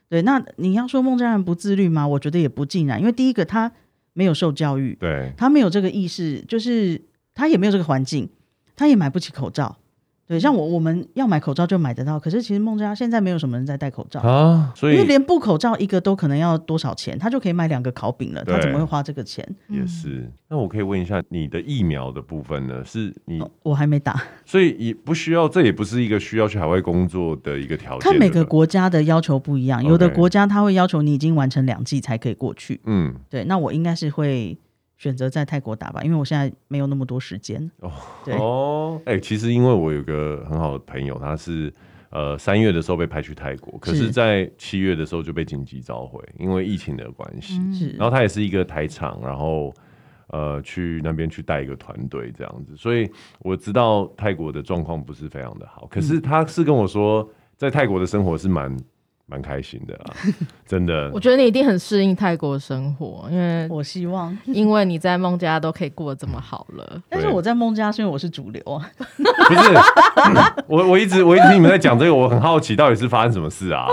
对。那你要说孟加拉人不自律吗？我觉得也不尽然，因为第一个他没有受教育，
对
他没有这个意识，就是他也没有这个环境，他也买不起口罩。对，像我我们要买口罩就买得到，可是其实孟加拉现在没有什么人在戴口罩，
啊，所
哦因为
以
连布口罩一个都可能要多少钱，他就可以买两个烤饼了，他
对
怎么会花这个钱？
也是。那我可以问一下，你的疫苗的部分呢？是你，
哦我还没打，
所以也不需要，这也不是一个需要去海外工作的一个条件。
看每个
对吧，
国家的要求不一样，有的
OK
国家他会要求你已经完成两季才可以过去。
嗯，
对，那我应该是会选择在泰国打吧，因为我现在没有那么多时间。
哦
对，
哦，哎、其实因为我有个很好的朋友，他是呃三月的时候被派去泰国，可是，
是
在七月的时候就被紧急召回，因为疫情的关系。
嗯
是
然后他也是一个台场，然后呃去那边去带一个团队这样子，所以我知道泰国的状况不是非常的好，可是他是跟我说，在泰国的生活是蛮蛮开心的啊，真的
我。觉得你一定很适应泰国生活，因为
我希望，
因为你在孟加拉都可以过得这么好了。
但是我在孟加拉是因为我是主流啊，
不是，嗯我我一直我一直听你们在讲这个，我很好奇到底是发生什么事 啊？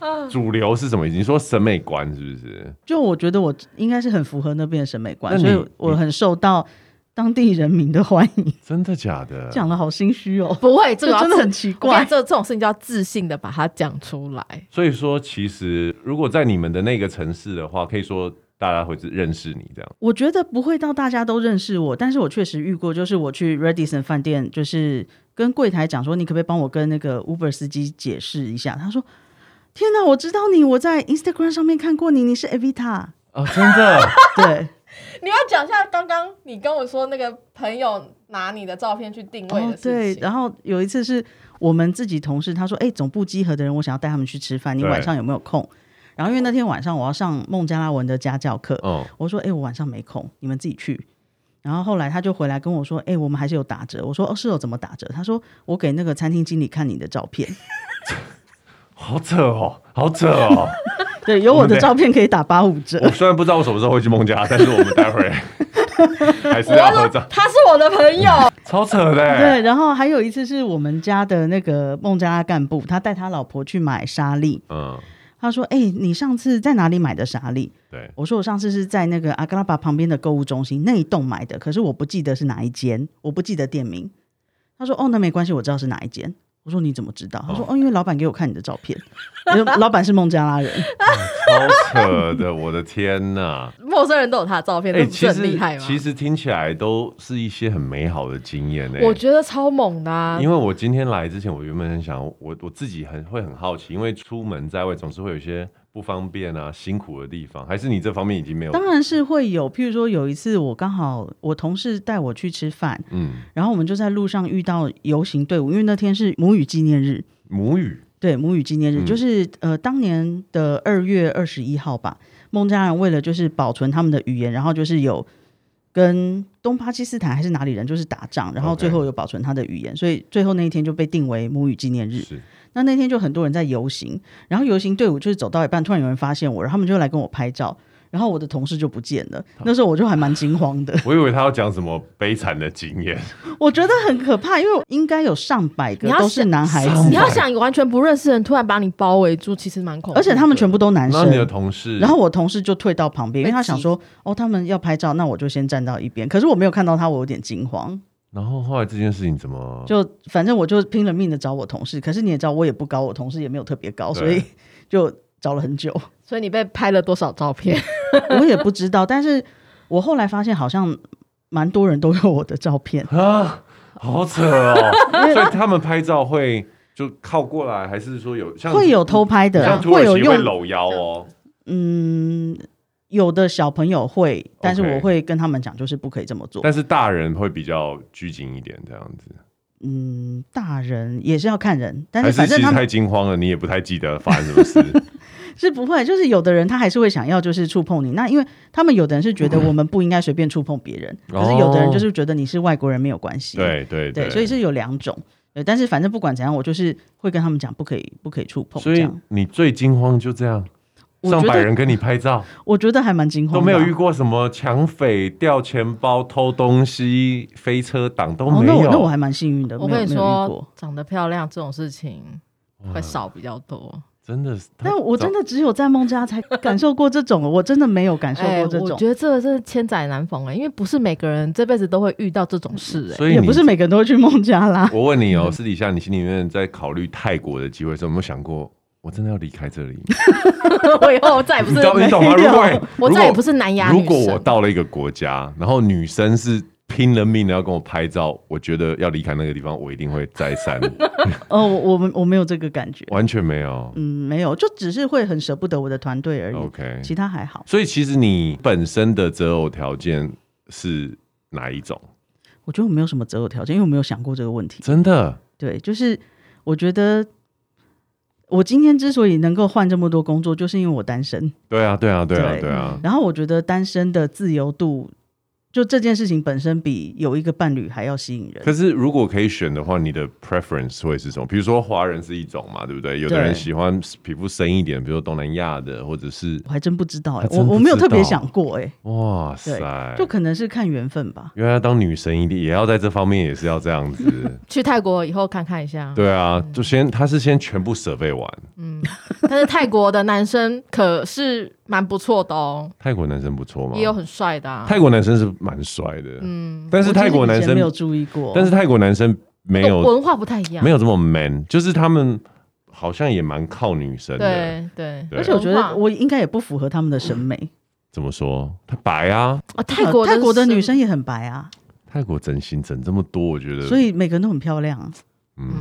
嗯
主流是什么意思？你说审美观是不是？
就我觉得我应该是很符合那边的审美
那
观，
你
所以我很受到当地人民的欢迎。
真的假的？
讲的好心虚 哦，
不会，这
这
个
真的很
奇
奇
我跟你
怪
讲。这这种事情就要自信的把它讲出来。
所以说，其实如果在你们的那个城市的话，可以说大家会认识你这样。
我觉得不会到大家都认识我，但是我确实遇过，就是我去 Radisson 饭店，就是跟柜台讲说，你可不可以帮我跟那个 Uber 司机解释一下？他说：“天哪，我知道你，我在 Instagram 上面看过你，你是 Evita。
哦，真的，”
对，
你要讲一下刚刚你跟我说那个朋友拿你的照片去定位
哦
的事
对。
情，
然后有一次是我们自己同事，他说：“哎，总部集合的人，我想要带他们去吃饭，你
对
晚上有没有空？”然后因为那天晚上我要上孟加拉文的家教课，
嗯，
我说：“哎、我晚上没空，你们自己去。”然后后来他就回来跟我说：“哎、我们还是有打折。”我说：“哦，是有怎么打折？”他说：“我给那个餐厅经理看你的照片，
好扯哦，好扯哦。
对，有我
对
的照片可以打八五折
我。虽然不知道我什么时候会去孟加拉，但是我们待 会儿还是
我
要
要
合
说
照，
他是我的朋友，
超扯的”欸。
对，然后还有一次是我们家的那个孟加拉干部，他带他老婆去买沙粒，
嗯，
他说：“哎、你上次在哪里买的沙粒？”
对，
我说：“我上次是在那个阿格拉巴旁边的购物中心那一栋买的，可是我不记得是哪一间，我不记得店名。”他说：“哦，那没关系，我知道是哪一间。”我说：“你怎么知道？”他说：“哦，因为老板给我看你的照片， 我说老板是孟加拉人。
超扯的，我的天呐！
陌生人都有他的照片，
哎、
这不
其
是很厉
实
害吗？
其实听起来都是一些很美好的经验呢、
我觉得超猛的、啊，
因为我今天来之前，我原本很想，我我自己很会很好奇，因为出门在外总是会有一些不方便啊、辛苦的地方，还是你这方面已经没有？
当然是会有，譬如说有一次我刚好我同事带我去吃饭，
嗯，
然后我们就在路上遇到游行队伍，因为那天是母语纪念日。”
母语
对，母语纪念日、
嗯
就是呃，当年的二月二十一号吧，孟加拉人为了就是保存他们的语言，然后就是有跟东巴基斯坦还是哪里人就是打仗，然后
OK
最后有保存他的语言所以最后那一天就被定为母语纪念日。
是
那那天就很多人在游行，然后游行队伍就是走到一半，突然有人发现我，然后他们就来跟我拍照，然后我的同事就不见了。那时候我就还蛮惊慌的，
我以为他要讲什么悲惨的经验，
我觉得很可怕，因为我应该有上百个
你要
都是
想
男孩
上
子
你
百，
要想一个完全不认识的人突然把你包围住，其实蛮恐怖的，
而且他们全部都男
然
生。
后你的同事，
然后我同事就退到旁边，因为
被
他想
挤
说，哦，他们要拍照，那我就先站到一边。可是我没有看到他，我有点惊慌。
然后后来这件事情怎么
就反正我就拼了命的找我同事，可是你也知道，我也不高，我同事也没有特别高，所以
对
就找了很久。
所以你被拍了多少照片？
我也不知道，但是我后来发现好像蛮多人都有我的照片。
啊，好扯哦！ 所以他们拍照会就靠过来，还是说有像
会有偷拍的
像，土耳
会有
其会
用，
搂腰哦，
嗯，有的小朋友会，但是
OK
我会跟他们讲，就是不可以这么做。
但是大人会比较拘谨一点，这样子。
嗯，大人也是要看人，但
还
是
是
反
其
正
实
他们
太惊慌了，你也不太记得发生什么 事。
是不会，就是有的人他还是会想要就是触碰你，那因为他们有的人是觉得我们不应该随便触碰别人，
嗯哦
可是有的人就是觉得你是外国人没有关系，
对对
对，所以是有两种，对，但是反正不管怎样，我就是会跟他们讲不可以不可以触碰，
所
这
以
样，
你最惊慌就这样，
我
上
觉
百
得
人跟你拍 照
我觉得还蛮惊
都
慌的啊，
没有遇过什么抢匪、掉钱包、偷东西、飞车党都
哦，
没
那我那我
有。
还蛮幸运的，
我
没有
跟你
没有遇过嗯
说，长得漂亮这种事情会少比较多。
真的是，
但我真
的
的只有在孟加才感受过这种，我真的没有感受过这
哎我
种，
觉得这个真是千载难逢哎、因为不是每个人这辈子都会遇到这种事 哎、
所以
也
你
不是每个人都会去孟加拉。
我问你哦，私底下你心里面在考虑泰国的机会的时候，有没有想过我真的要离开这里？
我以后再也不
你
是
懂你懂吗？
没
如
有
果
我
如
再也
果
不是南亚
如
女
果我
神。
到了一个国家，然后女生是拼了命的要跟我拍照，我觉得要离开那个地方，我一定会再 三，
哦，我我们我没有这个感觉，
完全没有。
嗯，没有，就只是会很舍不得我的团队而已，
OK，
其他还好。
所以其实你本身的择偶条件是哪一种？
我觉得我没有什么择偶条件，因为我没有想过这个问题。
真的
对，就是我觉得我今天之所以能够换这么多工作，就是因为我单身。
对啊，对啊，对啊，
对
对啊，
然后我觉得单身的自由度，就这件事情本身比有一个伴侣还要吸引人。
可是如果可以选的话，你的 preference 会是什么？比如说华人是一种嘛，对不对？有的
对
人喜欢皮肤深一点，比如说东南亚的，或者是
我还真不知道、
还
欸，
真
我
不
我没有
知
特别
道哎
想过、欸，
哇
对
塞，
就可能是看缘分吧。
原来当女神一定也要在这方面也是要这样子。
去泰国以后看看一下，嗯
对啊，就先他是先全部设备完，
但是泰国的男生可是蛮不错的哦，
泰国男生不错嘛，
也有很帅的、啊。
泰国男生是蛮帅的，
嗯，
但是
我其实
泰国男
以前
生
没有注意过，
但是泰国男生没有
文化不太一样，
没有这么 man，就是他们好像也蛮靠女生的。
对对，
对
而且我觉
文化
得我应该也不符合他们的审美。呃
怎么说？她白啊，
啊，泰国
泰国的女
是
生也很白啊，
泰国整形整这么多，我觉得，
所以每个人都很漂亮。啊
嗯，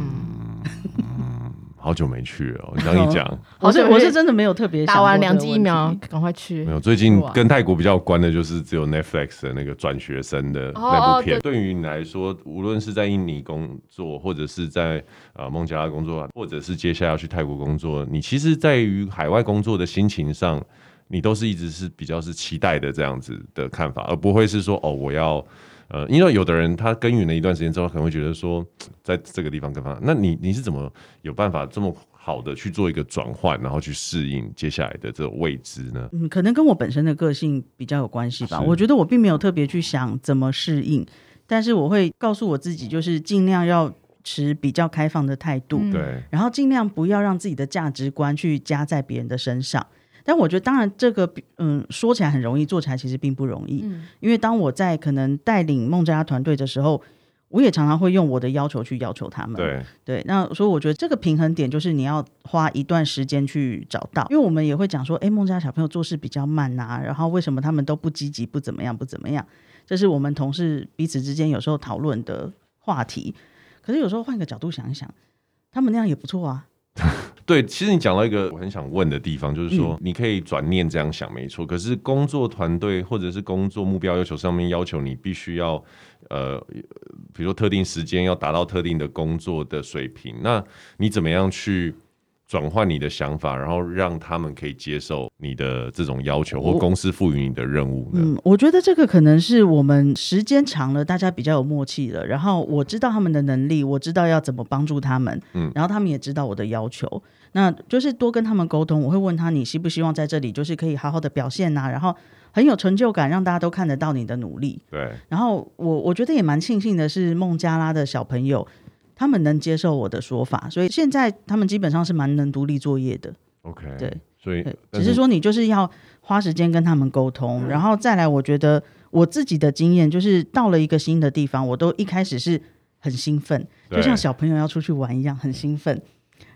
嗯好久没去了。我这样一讲，
我是
好久没
我是真的没有特别想
打
过
完
这个
两剂疫苗
问题，
赶快去
没。有，最近
是啊
跟泰国比较有关的就是只有 Netflix 的那个转学生的那
哦
部片。对于你来说，无论是在印尼工作，或者是在呃孟加拉工作，或者是接下来要去泰国工作，你其实在于海外工作的心情上，你都是一直是比较是期待的这样子的看法，而不会是说哦我要。 呃，因为有的人他耕耘了一段时间之后，可能会觉得说，在这个地方干嘛？那你你是怎么有办法这么好的去做一个转换，然后去适应接下来的这个未知呢？
嗯，可能跟我本身的个性比较有关系吧。
是
我觉得我并没有特别去想怎么适应，但是我会告诉我自己，就是尽量要持比较开放的态度。
嗯
对，
然后尽量不要让自己的价值观去加在别人的身上。但我觉得，当然这个比嗯说起来很容易，做起来其实并不容易。
嗯
因为当我在可能带领孟加拉团队的时候，我也常常会用我的要求去要求他们。
对，
对，那所以我觉得这个平衡点就是你要花一段时间去找到，因为我们也会讲说，哎，孟加拉小朋友做事比较慢呐、然后为什么他们都不积极，不怎么样，不怎么样，这是我们同事彼此之间有时候讨论的话题。可是有时候换个角度想一想，他们那样也不错啊。
对，其实你讲到一个我很想问的地方，就是
嗯
说你可以转念这样想，没错。可是工作团队或者是工作目标要求上面要求你必须要，呃，比如说特定时间要达到特定的工作的水平，那你怎么样去？转换你的想法，然后让他们可以接受你的这种要求，或
我
公司赋予你的任务呢？
哦嗯，我觉得这个可能是我们时间长了，大家比较有默契了。然后我知道他们的能力，我知道要怎么帮助他们，
嗯
然后他们也知道我的要求，那就是多跟他们沟通。我会问他，你希不希望在这里就是可以好好的表现呐、然后很有成就感，让大家都看得到你的努力。
对，
然后我我觉得也蛮庆幸的是，孟加拉的小朋友他们能接受我的说法，所以现在他们基本上是蛮能独立作业的。
OK，
对，
所以
对，
但
只是说你就是要花时间跟他们沟通，然后再来，我觉得我自己的经验就是到了一个新的地方，我都一开始是很兴奋，
对
就像小朋友要出去玩一样，很兴奋。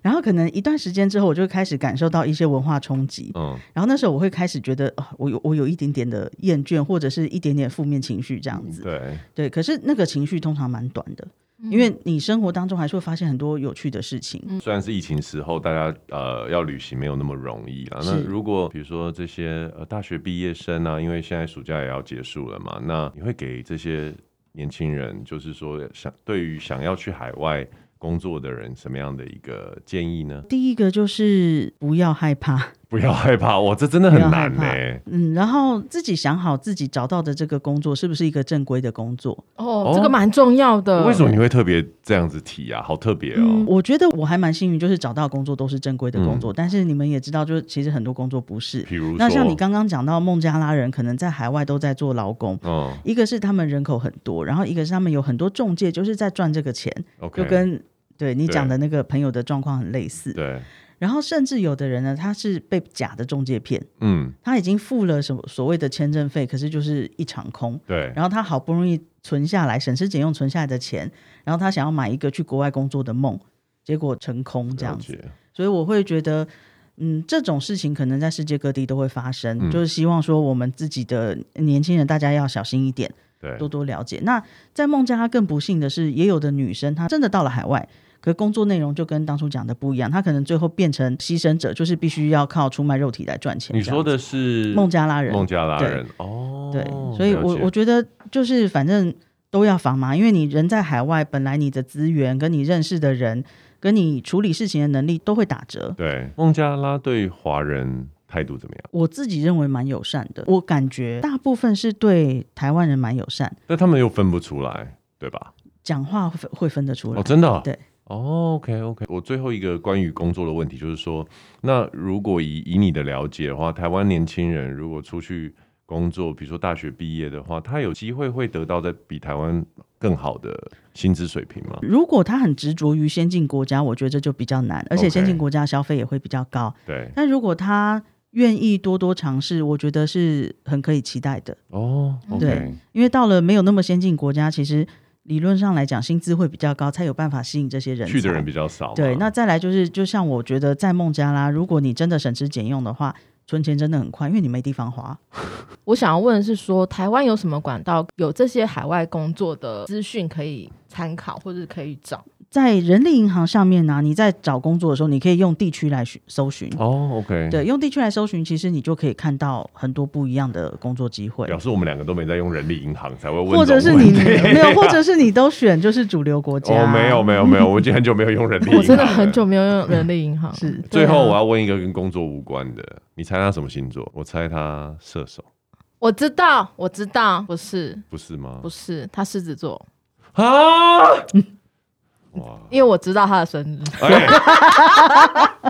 然后可能一段时间之后，我就开始感受到一些文化冲击，
嗯，
然后那时候我会开始觉得，啊，我有我有一点点的厌倦，或者是一点点负面情绪这样子。
对，
对，可是那个情绪通常蛮短的，因为你生活当中还是会发现很多有趣的事情。
虽然是疫情时候，大家呃要旅行没有那么容易啦。
是
那如果比如说这些呃大学毕业生啊，因为现在暑假也要结束了嘛，那你会给这些年轻人，就是说想对于想要去海外工作的人什么样的一个建议呢？
第一个就是不要害怕。
不要害怕，哇，这真的很难欸呢、
不要害嗯，然后自己想好自己找到的这个工作是不是一个正规的工作。
哦，这个蛮重要的。
呃
为什么你会特别这样子提啊？好特别哦、
嗯
我觉得我还蛮幸运，就是找到工作都是正规的工作。但是你们也知道，就是其实很多工作不是。
嗯比如说，
那像你刚刚讲到孟加拉人，可能在海外都在做劳工。
嗯
一个是他们人口很多，然后一个是他们有很多中介，就是在赚这个钱，
，OK，
就跟对你
对
讲的那个朋友的状况很类似。
对，
然后甚至有的人呢，他是被假的中介骗，
嗯，
他已经付了什么所谓的签证费，可是就是一场空。
对，
然后他好不容易存下来，省吃俭用存下来的钱，然后他想要买一个去国外工作的梦，结果成空这样
了
子。
解，
所以我会觉得，嗯，这种事情可能在世界各地都会发生，
嗯
就是希望说我们自己的年轻人大家要小心一点，
对，
多多了解。那在孟加拉更不幸的是，也有的女生她真的到了海外。可工作内容就跟当初讲的不一样，她可能最后变成牺牲者，就是必须要靠出卖肉体来赚钱这
你
样子。
说的是
孟加拉人，
孟加拉
对
人哦，
对，所以我
了解
我觉得就是反正都要防嘛，因为你人在海外，本来你的资源跟你认识的人，跟你处理事情的能力都会打折。
对孟加拉对华人态度怎么样？
我自己认为蛮友善的，我感觉大部分是对台湾人蛮友善，
但他们又分不出来，对吧？
讲话会会分得出来。
哦，真的哦、
对
哦，OK，OK、o k OK，我最后一个关于工作的问题就是说，那如果以以你的了解的话，台湾年轻人如果出去工作，比如说大学毕业的话，他有机会会得到在比台湾更好的薪资水平吗？
如果他很执着于先进国家，我觉得这就比较难，而且
OK
先进国家消费也会比较高。
对，
但如果他愿意多多尝试，我觉得是很可以期待的。
哦
对
，OK，
因为到了没有那么先进国家，其实理论上来讲，薪资会比较高，才有办法吸引这些人才
去的人比较少嘛，啊
对，那再来就是，就像我觉得在孟加拉，如果你真的省吃俭用的话，存钱真的很快，因为你没地方花。
我想要问的是说，台湾有什么管道有这些海外工作的资讯可以参考，或者可以找？
在人力银行上面呢、你在找工作的时候，你可以用地区来寻搜寻。
哦，OK，，
对，用地区来搜寻，其实你就可以看到很多不一样的工作机会，
表示我们两个都没在用人力银行，才会问这种问
或
题，啊
者是你没有，或者是你都选就是主流国家。
哦，没有，没有 没有，我已经很久没有用人力银行，
我真的很。久没有用人力银行。
是
最
对
后
啊
我要问一个跟工作无关的，你猜他什么星座？我猜他射手，
我知道，我知道，不是，
不是吗？
不是，他狮子座，
啊！ 哇，
因为我知道他的生 日，
哎，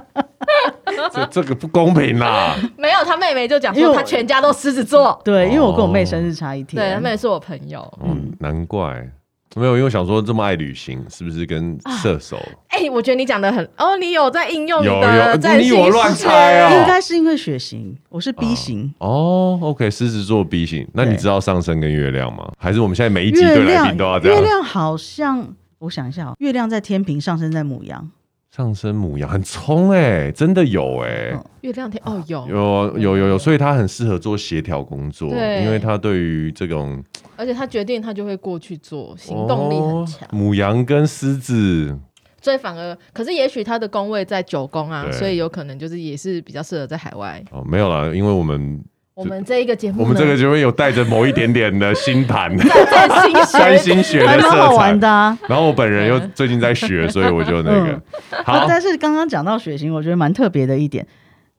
这这个不公平啦！
没有他妹妹就讲
因为
说
我
他全家都狮子座，
对，因为我跟我妹
哦
生日差一
对，
天。
他妹妹是我朋友。
哦，
嗯
难怪没有，因为我想说这么爱旅行，是不是跟射手？
哎、我觉得你讲的很哦，你有在
嗯
应用你
有
的
有
占
你以为
星
我乱
学
猜啊
应该是因为血型，我是 B 型。
哦，OK，狮子座 B 型，那你
对
知道上升跟月亮吗？还是我们现在每一集
月
对来
亮
宾都要这
月
样？
亮好像，我想一下、哦，月亮在天平，上升在母羊。
上升母羊很冲哎、真的有哎、
嗯
月亮天哦，有，
有有有有，所以他很适合做协调工作，
对
因为他对于这种
而且他决定他就会过去做，行动力很强
哦，母羊跟狮子，
所以反而，可是也许他的宫位在九宫啊，
对
所以有可能就是也是比较适合在海外。
哦，没有啦，因为我们
我们这一个节目呢，
我们这个就会有带着某一点点的星 盘、
占星
占
学
星学
还
的
蛮好
色彩
玩。的啊。
然后我本人又最近在学，所以我就那个
嗯
好
啊，但是刚刚讲到血型，我觉得蛮特别的一点，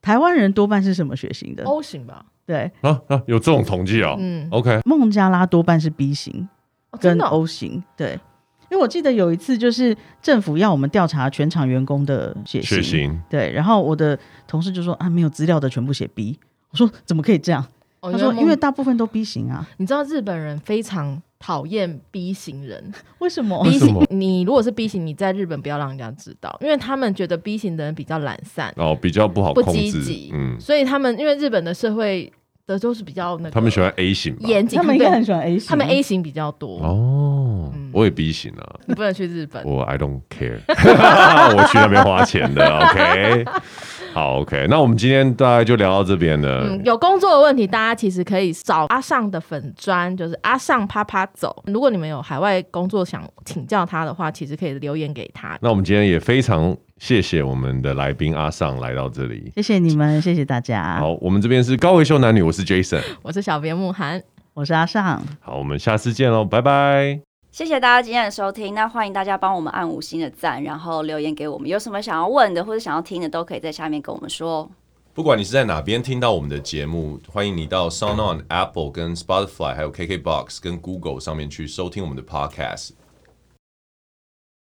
台湾人多半是什么血型的？
O 型吧，
对，
啊啊，有这种统计哦。
嗯，
OK，
孟加拉多半是 B 型
哦真
跟
的哦
O 型，对。因为我记得有一次，就是政府要我们调查全场员工的血型，
血型
对，然后我的同事就说啊，没有资料的全部写 B，我说怎么可以这样？
哦
他说
梦
因为大部分都 B 型啊，
你知道日本人非常讨厌 B 型人
为什么？
，B
为什么
型你如果是 B 型，你在日本不要让人家知道，因为他们觉得 B 型的人比较懒散，
哦，比较不好
不
控
积
制
极，
嗯，
所以他们因为日本的社会的都是比较那个，
他们喜欢 A 型吧？
严谨，
他们应该
对
很喜欢 A 型，
他们 A 型比较多，
哦
嗯，
我也 B 型啊。
你不能去日本。
我 I don't care，我去那边花钱的。OK，好 OK，那我们今天大概就聊到这边了。
嗯，有工作的问题，大家其实可以找阿尚的粉砖，就是阿尚啪啪走。如果你们有海外工作想请教他的话，其实可以留言给他。
那我们今天也非常谢谢我们的来宾阿尚来到这里。
谢谢你们，谢谢大家。
好，我们这边是高维秀男女，我是 Jason。
我是小编慕涵，
我是阿尚，
好，我们下次见喽，拜拜。
谢谢大家今天的收听，那欢迎大家帮我们按五星的赞，然后留言给我们，有什么想要问的或者想要听的，都可以在下面跟我们说哦。
不管你是在哪边听到我们的节目，欢迎你到 SoundOn、Apple、跟 Spotify、还有 KKBox、跟 Google 上面去收听我们的 Podcast。